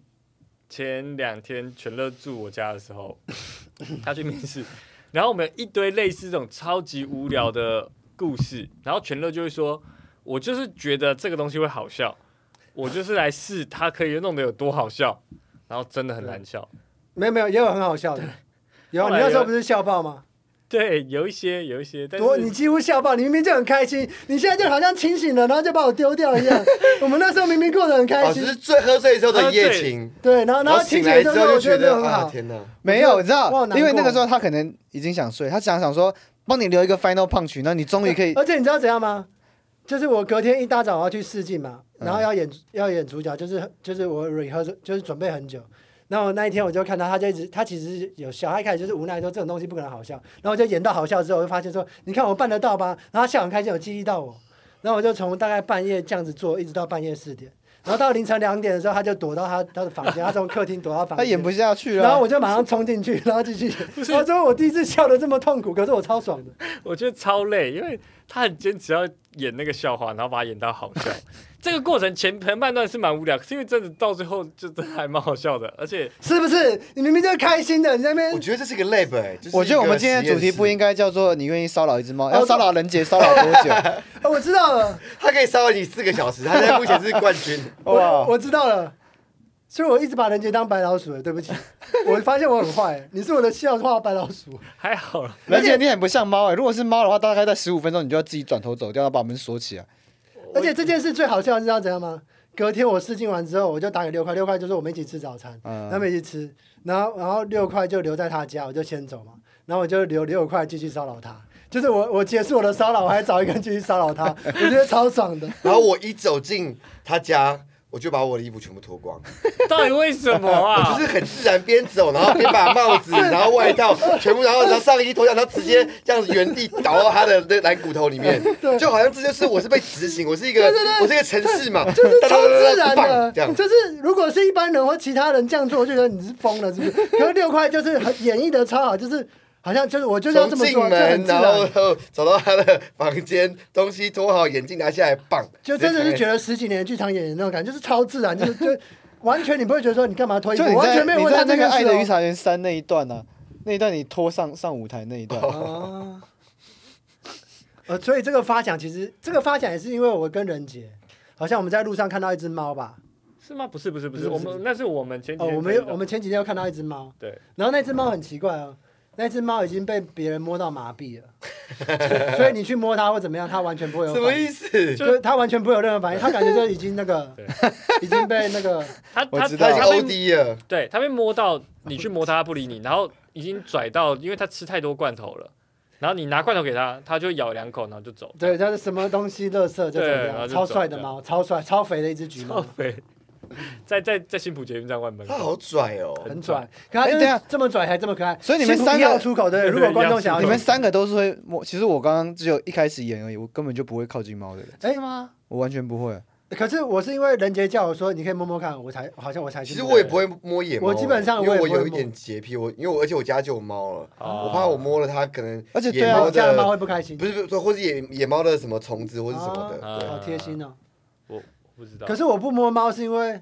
[SPEAKER 4] 前两天全乐住我家的时候， 他去面试，然后我们有一堆类似这种超级无聊的故事，然后全乐就会说：“我就是觉得这个东西会好笑，我就是来试他可以弄得有多好笑。”然后真的很难笑。
[SPEAKER 1] 没有没有，也有很好笑的，有啊
[SPEAKER 4] 后
[SPEAKER 1] 你
[SPEAKER 4] 来
[SPEAKER 1] 那时候
[SPEAKER 4] 有
[SPEAKER 1] 不是笑爆吗？
[SPEAKER 4] 对，有一些，有一些，但
[SPEAKER 1] 我你
[SPEAKER 4] 是
[SPEAKER 1] 几乎笑爆，你明明就很开心，你现在就好像清醒了，然后就把我丢掉一样。我们那时候明明过得很开
[SPEAKER 3] 哦，
[SPEAKER 1] 心
[SPEAKER 3] 只，是醉喝醉之后的
[SPEAKER 4] 喝醉
[SPEAKER 3] 夜情，
[SPEAKER 1] 对，然后然后
[SPEAKER 3] 醒
[SPEAKER 1] 清
[SPEAKER 3] 来
[SPEAKER 1] 醒
[SPEAKER 3] 之
[SPEAKER 1] 之
[SPEAKER 3] 后
[SPEAKER 1] 后
[SPEAKER 3] 就
[SPEAKER 1] 我
[SPEAKER 3] 觉
[SPEAKER 1] 没有
[SPEAKER 3] 得
[SPEAKER 1] 很
[SPEAKER 3] 啊，
[SPEAKER 1] 好。
[SPEAKER 3] 天哪！
[SPEAKER 2] 没有，你知
[SPEAKER 1] 我好
[SPEAKER 2] 道，
[SPEAKER 1] 难
[SPEAKER 2] 因为那
[SPEAKER 1] 过
[SPEAKER 2] 个
[SPEAKER 1] 啊
[SPEAKER 2] 时候他可能已经想睡，他想想说帮你留一个 final punch，那你终 于可以
[SPEAKER 1] 而且你知道怎样吗？就是我隔天一大早要去试镜嘛，
[SPEAKER 2] 嗯
[SPEAKER 1] 然后要演、要演主角，就是就是我 rehearsal 就是准备很久。然后那一天我就看到他就一直他其实有笑，他一开始就是无奈说这种东西不可能好笑，然后我就演到好笑之后，我就发现说你看我办得到吧，然后他笑很开心，有激励到我，然后我就从大概半夜这样子做，一直到半夜四点，然后到凌晨两点的时候，他就躲到他他的房 间，他从客厅躲到房间，
[SPEAKER 2] 他演不下去啊
[SPEAKER 1] 然后
[SPEAKER 2] 了。
[SPEAKER 1] 我就马上冲进去，然后继续，然后说我第一次笑的这么痛苦，可是我超爽的。
[SPEAKER 4] 我觉得超累，因为他很坚持要演那个笑话，然后把它演到好笑。 这个过程前前半段是蛮无聊，可是因为真的到最后就真的还蛮好笑的，而且
[SPEAKER 1] 是不是？你明明就是开心的，你在那
[SPEAKER 3] 我
[SPEAKER 1] 边
[SPEAKER 3] 觉得这是一个 lab 哎，就是
[SPEAKER 2] 我觉得我们
[SPEAKER 3] 一个
[SPEAKER 2] 今天的主题不
[SPEAKER 3] 实验
[SPEAKER 2] 应该叫做“你愿意骚扰一只猫”，
[SPEAKER 1] 哦
[SPEAKER 2] 要骚扰人杰骚扰多 久？
[SPEAKER 1] 哦，我知道了，
[SPEAKER 3] 室，他可以骚扰你四个小时，他现在目前是冠军。
[SPEAKER 1] 我我知道了。所以我一直把人杰当白老鼠了，对不 起，我发现我很坏，你是我的笑话白老鼠。
[SPEAKER 4] 还好啦。
[SPEAKER 2] 人杰你很不像猫哎、如果是猫的话，大概在十五分钟你就要自己转头走掉，要把门锁起来。
[SPEAKER 1] 而且这件事最好笑，你知道怎样吗？隔天我试镜完之后，我就打给六块，六块就是我们一起吃早餐，
[SPEAKER 2] 嗯
[SPEAKER 1] 他们一起吃，然后然后六块就留在他家，我就先走嘛，然后我就留六块继续骚扰他，就是我我结束我的骚扰，我还找一个人继续骚扰他，我觉得超爽的。
[SPEAKER 3] 然后我一走进他家，我就把我的衣服全部脱光，
[SPEAKER 4] 到底为什 么
[SPEAKER 3] 我
[SPEAKER 4] 啊
[SPEAKER 3] 就？是很自然边走，然后边把帽子、然后外套全部，然后然后上衣脱掉，然后直接这样子原地倒到他的那蓝骨头里面，就好像这就是我是被执行，我是一个我是一个城市嘛，
[SPEAKER 1] 就是
[SPEAKER 3] 哒哒
[SPEAKER 1] 超
[SPEAKER 3] 哒哒
[SPEAKER 1] 自然
[SPEAKER 3] 棒
[SPEAKER 1] 的
[SPEAKER 3] 这，样。
[SPEAKER 1] 就是如果是一般人或其他人这样做，我就觉得你是疯了，是不是？可是六块就是很演绎的超好，就是好像就是我就是要这
[SPEAKER 3] 从
[SPEAKER 1] 么
[SPEAKER 3] 进
[SPEAKER 1] 做，就
[SPEAKER 3] 门，
[SPEAKER 1] 很自
[SPEAKER 3] 然
[SPEAKER 1] 然，
[SPEAKER 3] 后走到他的房间，东西脱好，眼镜拿下来，棒！
[SPEAKER 1] 就真的是觉
[SPEAKER 3] 得
[SPEAKER 1] 得十几年剧场演员那种感觉，就是超自然，就是就完全你不会觉得说你干嘛脱衣服，
[SPEAKER 2] 就你
[SPEAKER 1] 我完
[SPEAKER 2] 在
[SPEAKER 1] 全没有
[SPEAKER 2] 你
[SPEAKER 1] 问
[SPEAKER 2] 在
[SPEAKER 1] 他
[SPEAKER 2] 那
[SPEAKER 1] 这
[SPEAKER 2] 个《爱的
[SPEAKER 1] 件
[SPEAKER 2] 与
[SPEAKER 1] 事哦。
[SPEAKER 2] 裁员三》那一段呢、那一段你拖上上舞台那一段，
[SPEAKER 1] 哦呃，所以这个发奖其实这个发奖也是因为我跟任杰，好像我们在路上看到一只猫吧？
[SPEAKER 4] 是吗？不是不是不
[SPEAKER 1] 不
[SPEAKER 4] 是，
[SPEAKER 1] 是
[SPEAKER 4] 我
[SPEAKER 1] 不是
[SPEAKER 4] 们那是我们前几
[SPEAKER 1] 哦，
[SPEAKER 4] 天
[SPEAKER 1] 我们
[SPEAKER 4] 看
[SPEAKER 1] 有
[SPEAKER 4] 到
[SPEAKER 1] 我们前几天又看到一只猫，
[SPEAKER 4] 对
[SPEAKER 1] 然后那只猫很奇怪哦，那只猫已经被别人摸到麻痹了， 所以你去摸它或怎么样，它完全不会有
[SPEAKER 3] 什么
[SPEAKER 1] 反应
[SPEAKER 3] 意。思？
[SPEAKER 1] 就是它完全不会有任何反应，它感觉就已经那个
[SPEAKER 4] 对，
[SPEAKER 1] 已经被那个
[SPEAKER 4] 他
[SPEAKER 2] 我
[SPEAKER 4] 他
[SPEAKER 2] 知道
[SPEAKER 3] 他已经
[SPEAKER 4] 他
[SPEAKER 3] O
[SPEAKER 4] 被
[SPEAKER 3] D 了，
[SPEAKER 4] 对他被摸到，你去摸他他不理你，然后已经拽到，因为他吃太多罐头了，然后你拿罐头给他，他就咬两口，然后就走。
[SPEAKER 1] 对，它是什么东西垃圾就
[SPEAKER 4] 对
[SPEAKER 1] 这
[SPEAKER 4] 然后
[SPEAKER 1] 样，
[SPEAKER 4] 就
[SPEAKER 1] 超
[SPEAKER 4] 走
[SPEAKER 1] 帅的
[SPEAKER 4] 这样
[SPEAKER 1] 猫，超帅超肥的一只橘
[SPEAKER 4] 超
[SPEAKER 1] 猫，
[SPEAKER 4] 肥， 在在在新浦捷运站外门口
[SPEAKER 3] 他好拽哦。
[SPEAKER 1] 很
[SPEAKER 4] 很
[SPEAKER 1] 拽
[SPEAKER 4] 拽。
[SPEAKER 1] 可它
[SPEAKER 2] 哎
[SPEAKER 1] 就是
[SPEAKER 2] 等一下
[SPEAKER 1] 这么拽还这么可爱，
[SPEAKER 2] 所以你们
[SPEAKER 1] 幸福
[SPEAKER 2] 三
[SPEAKER 1] 一号
[SPEAKER 2] 个
[SPEAKER 1] 出口啊对，
[SPEAKER 4] 对
[SPEAKER 1] 如果观众
[SPEAKER 4] 一样
[SPEAKER 1] 想要
[SPEAKER 2] 你们三个都是会摸。其实我刚刚只有一开始演而已，我根本就不会靠近猫的人，
[SPEAKER 1] 哎吗？
[SPEAKER 2] 我完全不会。
[SPEAKER 1] 可是我是因为人杰叫我说你可以摸摸看，我才好像我才去
[SPEAKER 3] 其实
[SPEAKER 1] 摸
[SPEAKER 3] 我也不会摸野猫，
[SPEAKER 1] 我基本上
[SPEAKER 3] 因为
[SPEAKER 1] 我
[SPEAKER 3] 我
[SPEAKER 1] 也不会摸
[SPEAKER 3] 有一点洁癖，我因为我而且我家就有猫了，
[SPEAKER 4] 哦
[SPEAKER 3] 我怕我摸了它可能
[SPEAKER 2] 而且对
[SPEAKER 3] 野
[SPEAKER 2] 啊
[SPEAKER 3] 猫
[SPEAKER 1] 我家的猫
[SPEAKER 3] 的
[SPEAKER 1] 会不开心，
[SPEAKER 3] 不是不是，或是野野猫的什么虫子或是什么的，
[SPEAKER 1] 啊
[SPEAKER 4] 对
[SPEAKER 1] 好贴心哦。
[SPEAKER 4] 我我不知道。
[SPEAKER 1] 可是我不摸猫是因为，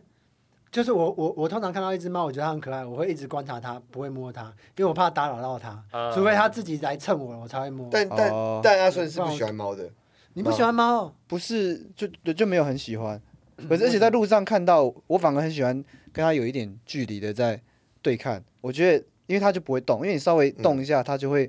[SPEAKER 1] 就是我我我通常看到一只猫，我觉得它很可爱，我会一直观察它，不会摸它，因为我怕打扰到它，
[SPEAKER 4] 啊
[SPEAKER 1] 除非它自己来蹭我，我才会摸。
[SPEAKER 3] 但但
[SPEAKER 2] 哦
[SPEAKER 3] 但阿顺是不喜欢猫的，
[SPEAKER 1] 你不喜欢猫哦？
[SPEAKER 2] 不是，就就就没有很喜欢。可是而且在路上看到，我反而很喜欢跟他有一点距离的在对看。我觉得，因为他就不会动，因为你稍微动一下，他就会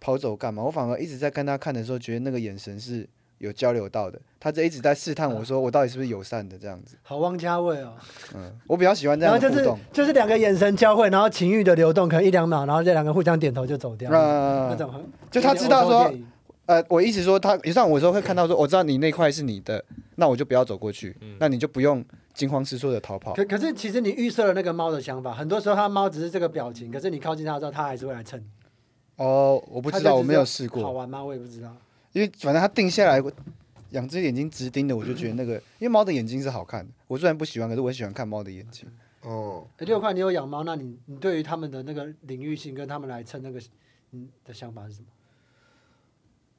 [SPEAKER 2] 跑走干嘛？我反而一直在跟他看的时候，觉得那个眼神是有交流到的。他这一直在试探我说，我到底是不是友善的这样子。
[SPEAKER 1] 好汪家卫哦，
[SPEAKER 2] 嗯，我比较喜欢这
[SPEAKER 1] 然
[SPEAKER 2] 样
[SPEAKER 1] 后
[SPEAKER 2] 的
[SPEAKER 1] 就
[SPEAKER 2] 互
[SPEAKER 1] 是
[SPEAKER 2] 动。
[SPEAKER 1] 就是两个眼神交汇，然后情欲的流动，可能一两秒，然后这两个互相点头就走掉，那
[SPEAKER 2] 嗯，
[SPEAKER 1] 种很
[SPEAKER 2] 就他知道
[SPEAKER 1] 有点欧洲
[SPEAKER 2] 说
[SPEAKER 1] 电，影
[SPEAKER 2] 呃，我意思说他，也像我有时候会看到说，我知道你那块是你的，那我就不要走过去，那你就不用惊慌失措的逃跑。
[SPEAKER 1] 可可是其实你预设了那个猫的想法，很多时候它猫只是这个表情，可是你靠近它之后，它还是会来蹭。
[SPEAKER 2] 哦，我不
[SPEAKER 1] 它
[SPEAKER 2] 知
[SPEAKER 1] 就
[SPEAKER 2] 道，
[SPEAKER 1] 只
[SPEAKER 2] 我
[SPEAKER 1] 是
[SPEAKER 2] 没有试过。
[SPEAKER 1] 好玩吗？我也不知道。
[SPEAKER 2] 因为反正它定下来，我两只眼睛直盯的，我就觉得那个，因为猫的眼睛是好看的。我虽然不喜欢，可是我很喜欢看猫的眼 睛。
[SPEAKER 3] 哦，
[SPEAKER 1] 诶哎六块，你有养猫，那你你对于他们的那个领域性跟他们来蹭那个，嗯的想法是什么？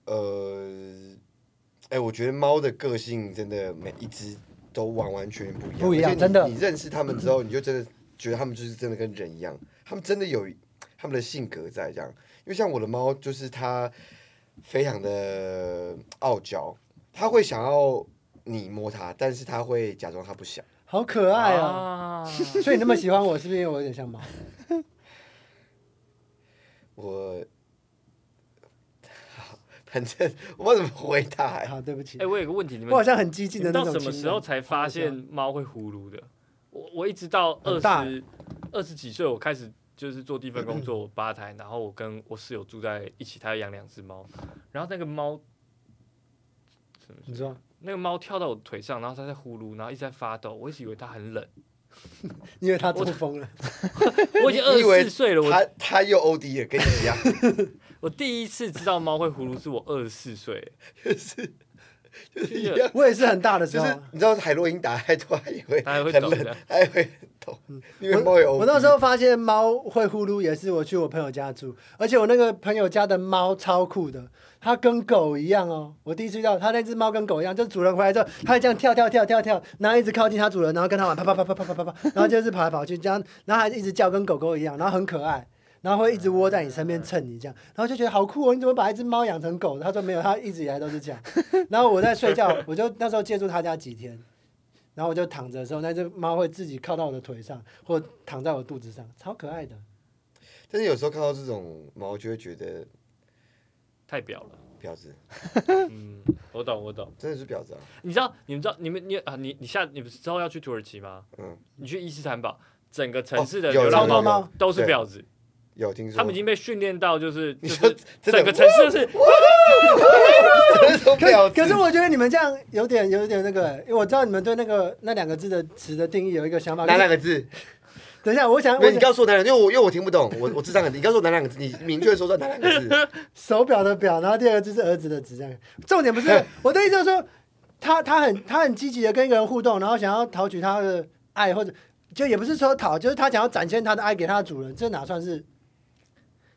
[SPEAKER 3] 呃，哎，我觉得猫的个性真的每一只都完完全全不一样，
[SPEAKER 1] 不一样
[SPEAKER 3] 而且你
[SPEAKER 1] 真的
[SPEAKER 3] 你认识它们之后，你就真的觉得它们就是真的跟人一样，它们真的有它们的性格在这样。因为像我的猫，就是它非常的傲娇，它会想要你摸它，但是它会假装它不想。
[SPEAKER 1] 好可爱啊！
[SPEAKER 4] 啊，
[SPEAKER 1] 所以你那么喜欢我，是不是因为我有点像猫？
[SPEAKER 3] 我， 反正我不知道怎么回答、欸。
[SPEAKER 1] 好，对不起
[SPEAKER 4] 哎、，我有个问题，你们
[SPEAKER 1] 我好像很激
[SPEAKER 4] 你
[SPEAKER 1] 进的
[SPEAKER 4] 们
[SPEAKER 1] 那
[SPEAKER 4] 到
[SPEAKER 1] 种
[SPEAKER 4] 什
[SPEAKER 1] 情
[SPEAKER 4] 么
[SPEAKER 1] 人。
[SPEAKER 4] 时候才发现猫会呼噜的？我我一直到二
[SPEAKER 1] 很大
[SPEAKER 4] 十二十几岁，我开始就是做第一份工作，我吧台，然后我跟我室友住在一起，他养两只猫，然后那个猫
[SPEAKER 1] 你说
[SPEAKER 4] 那个猫跳到我腿上，然后它在呼噜，然后一直在发抖，我一直以为它 很冷，
[SPEAKER 1] 因为他中风了，
[SPEAKER 4] 我已经二
[SPEAKER 3] 你以为
[SPEAKER 4] 十四岁了，我
[SPEAKER 3] 他他又 O D 了，跟你一样，
[SPEAKER 4] 我第一次知道猫会呼噜是我二十 四岁，
[SPEAKER 3] 就是一样。
[SPEAKER 1] 我也是很大的时
[SPEAKER 3] 就
[SPEAKER 1] 候
[SPEAKER 3] 是
[SPEAKER 1] 啊。
[SPEAKER 3] 你知道海洛因打开头，它也会
[SPEAKER 4] 它还会
[SPEAKER 3] 很
[SPEAKER 4] 抖
[SPEAKER 3] 冷
[SPEAKER 4] 的，
[SPEAKER 3] 它也会抖，因为
[SPEAKER 1] 我
[SPEAKER 3] 猫有 OD。
[SPEAKER 1] 嗯我那时候发现猫会呼噜，也是我去我朋友家住，而且我那个朋友家的猫超酷的，它跟狗一样哦。我第一次遇到它那只猫跟狗一样，就是主人回来之后，它会这样跳跳跳跳跳，然后一直靠近它主人，然后跟它玩，啪啪啪啪啪啪啪啪，然后就是跑来跑去这样，然后还一直叫，跟狗狗一样，然后很可爱。然后会一直窝在你身边蹭你这样，然后就觉得好酷哦！你怎么把一只猫养成狗的？他说没有，他一直以来都是这样。然后我在睡觉，我就那时候借住他家几天，然后我就躺着的时候，那只猫会自己靠到我的腿上，或躺在我肚子上，超可爱的。
[SPEAKER 3] 但是有时候看到这种猫，就会觉得
[SPEAKER 4] 太表了。
[SPEAKER 3] 婊子，
[SPEAKER 4] 嗯，我懂，我懂。
[SPEAKER 3] 真的是婊子啊！
[SPEAKER 4] 你知道，你们知道，你们你啊，你你下你不是之后要去土耳其吗？
[SPEAKER 3] 嗯，
[SPEAKER 4] 你去伊斯坦堡，整个城市的
[SPEAKER 3] 哦有
[SPEAKER 4] 流
[SPEAKER 1] 超
[SPEAKER 4] 浪
[SPEAKER 1] 多
[SPEAKER 4] 猫
[SPEAKER 1] 猫，
[SPEAKER 4] 都是
[SPEAKER 3] 对
[SPEAKER 4] 婊子，
[SPEAKER 3] 有听说
[SPEAKER 4] 他 们已经被训练到就是就
[SPEAKER 3] 你说
[SPEAKER 4] 是
[SPEAKER 3] 真的
[SPEAKER 4] 整个城市都是
[SPEAKER 3] 真的是婊
[SPEAKER 1] 可
[SPEAKER 3] 子
[SPEAKER 1] 可是我觉得你们这样有点有点那个、因为我知道你们对那个那两个字的词的定义有一个想法。
[SPEAKER 3] 哪
[SPEAKER 1] 可
[SPEAKER 3] 两
[SPEAKER 1] 是
[SPEAKER 3] 个字？
[SPEAKER 1] 等一下，我想
[SPEAKER 3] 没
[SPEAKER 1] 我
[SPEAKER 3] 有，你
[SPEAKER 1] 想
[SPEAKER 3] 告诉我哪两个，因为我因为我听不懂，我我智商很低。你告诉我哪两个字？你明确说出哪两 个字？
[SPEAKER 1] 手表的表，然后第二个字是儿子的子，这样。重点不是我的意思，就是说他他很他很积极的跟一个人互动，然后想要讨取他的爱，或者就也不是说讨，就是他想要展现他的爱给他的主人，这哪算是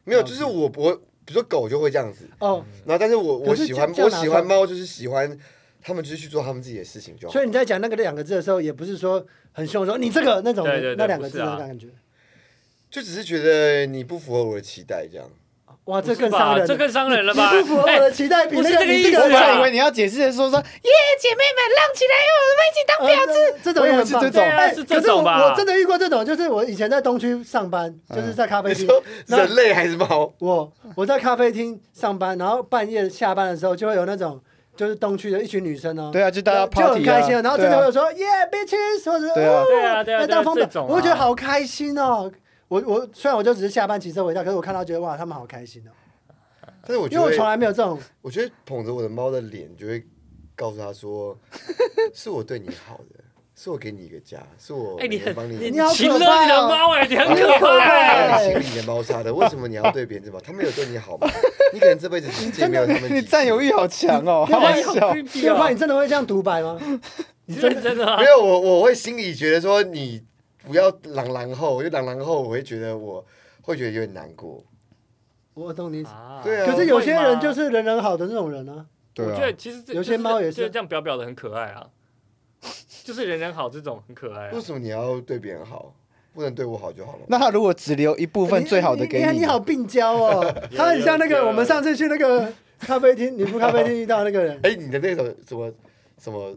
[SPEAKER 3] 没有，就是我我比如说狗就会这样子，
[SPEAKER 1] 哦？
[SPEAKER 3] 嗯然后但是我我
[SPEAKER 1] 可是
[SPEAKER 3] 喜欢
[SPEAKER 1] 这
[SPEAKER 3] 我
[SPEAKER 1] 样哪
[SPEAKER 3] 喜欢
[SPEAKER 1] 算
[SPEAKER 3] 猫，就是喜欢他们就是去做他们自己的事情就好。
[SPEAKER 1] 所以你在讲那个两个字的时候，也不是说很凶说你这个那种的
[SPEAKER 4] 对对对
[SPEAKER 1] 那两个字
[SPEAKER 4] 不
[SPEAKER 1] 的
[SPEAKER 4] 是啊
[SPEAKER 1] 感觉。
[SPEAKER 3] 就只是觉得你不符合我的期待这样。
[SPEAKER 1] 哇，这
[SPEAKER 4] 不是
[SPEAKER 1] 更
[SPEAKER 4] 吧
[SPEAKER 1] 伤人了，
[SPEAKER 4] 这更伤人了吧？哎
[SPEAKER 1] 不符合我的期待，比
[SPEAKER 4] 不是
[SPEAKER 1] 那个
[SPEAKER 4] 这个
[SPEAKER 1] 你
[SPEAKER 4] 意
[SPEAKER 1] 这
[SPEAKER 4] 思
[SPEAKER 1] 个很
[SPEAKER 2] 我本
[SPEAKER 4] 啊
[SPEAKER 2] 来
[SPEAKER 1] 像
[SPEAKER 2] 以为你要解释的说说耶，姐妹们浪起来哦，我们一起当
[SPEAKER 1] 婊子，这种呃也
[SPEAKER 2] 我以为
[SPEAKER 1] 很
[SPEAKER 2] 是
[SPEAKER 1] 棒
[SPEAKER 2] 这种
[SPEAKER 4] 对啊
[SPEAKER 1] 哎
[SPEAKER 4] 是
[SPEAKER 1] 可
[SPEAKER 4] 这
[SPEAKER 1] 是我
[SPEAKER 4] 种吧
[SPEAKER 1] 我真的遇过这种，就是我以前在东区上班，
[SPEAKER 2] 嗯
[SPEAKER 1] 就是在咖啡
[SPEAKER 3] 你
[SPEAKER 1] 厅
[SPEAKER 3] 说，
[SPEAKER 1] 那
[SPEAKER 3] 人类还是猫？
[SPEAKER 1] 我我在咖啡厅上班，然后半夜下班的时候就会有那种就是东区的一群女生哦，
[SPEAKER 2] 对啊，就大家
[SPEAKER 1] 就很
[SPEAKER 2] party 啊
[SPEAKER 1] 开心哦，然后真的
[SPEAKER 2] 对
[SPEAKER 1] 会
[SPEAKER 2] 啊
[SPEAKER 1] 有说 yeah bitches，或者是
[SPEAKER 2] 对啊
[SPEAKER 1] 哦
[SPEAKER 4] 对啊对啊
[SPEAKER 1] 在
[SPEAKER 4] 对啊
[SPEAKER 1] 当风
[SPEAKER 4] 这
[SPEAKER 1] 表，
[SPEAKER 4] 种啊
[SPEAKER 1] 我会觉得好开心哦。我我虽然我就只是下班骑车回家，可是我看到觉得哇，他们好开心哦，
[SPEAKER 3] 但是我
[SPEAKER 1] 因
[SPEAKER 3] 觉
[SPEAKER 1] 为我从
[SPEAKER 3] 得，
[SPEAKER 1] 来没有这 种
[SPEAKER 3] 我觉得捧着我的猫的脸，就会告诉他说，是我对你好的，是我给你一个家，是我
[SPEAKER 4] 哎，你很
[SPEAKER 3] 帮
[SPEAKER 1] 你
[SPEAKER 4] 你
[SPEAKER 1] 好
[SPEAKER 4] 擒
[SPEAKER 1] 可
[SPEAKER 4] 了你
[SPEAKER 1] 怕
[SPEAKER 4] 的
[SPEAKER 1] 哦
[SPEAKER 4] 猫哎，你很
[SPEAKER 3] 你
[SPEAKER 4] 可
[SPEAKER 3] 好啊
[SPEAKER 4] 怕哎。
[SPEAKER 1] 哎
[SPEAKER 3] 你行李的猫砂的，为什么你要对别人这么？他们有对你好吗？你可能这辈子心结没有他们。
[SPEAKER 2] 你占有欲好强 哦，好好
[SPEAKER 4] 哎好
[SPEAKER 2] 笑。
[SPEAKER 1] 变
[SPEAKER 4] creepy
[SPEAKER 1] 化，
[SPEAKER 4] 哦
[SPEAKER 1] 你真的会这样独白吗？
[SPEAKER 4] 你认真的啊吗
[SPEAKER 3] 没？有我，我会心里觉得说你不要朗朗后，因为朗朗后我会觉得我会觉得有点难过。
[SPEAKER 1] 我懂你意思，
[SPEAKER 4] 啊
[SPEAKER 3] 对啊
[SPEAKER 1] 可是有些人就
[SPEAKER 4] 会吗
[SPEAKER 1] 是人人好的那种人啊。
[SPEAKER 4] 我觉得其实这
[SPEAKER 1] 有些猫也是
[SPEAKER 4] 就是这样表表的很可爱啊， 就是人人好这种很可爱啊
[SPEAKER 3] 为。什么你要对别人好，不能对我好就好了？
[SPEAKER 2] 那他如果只留一部分最好的给
[SPEAKER 1] 你看
[SPEAKER 2] 哎你，
[SPEAKER 1] 好病娇 哦，他很像那
[SPEAKER 4] 有有
[SPEAKER 1] 个
[SPEAKER 4] 有
[SPEAKER 1] 我们上次去那个咖啡厅，女仆咖啡厅遇到那个人，
[SPEAKER 3] 哎、你的那首什么什么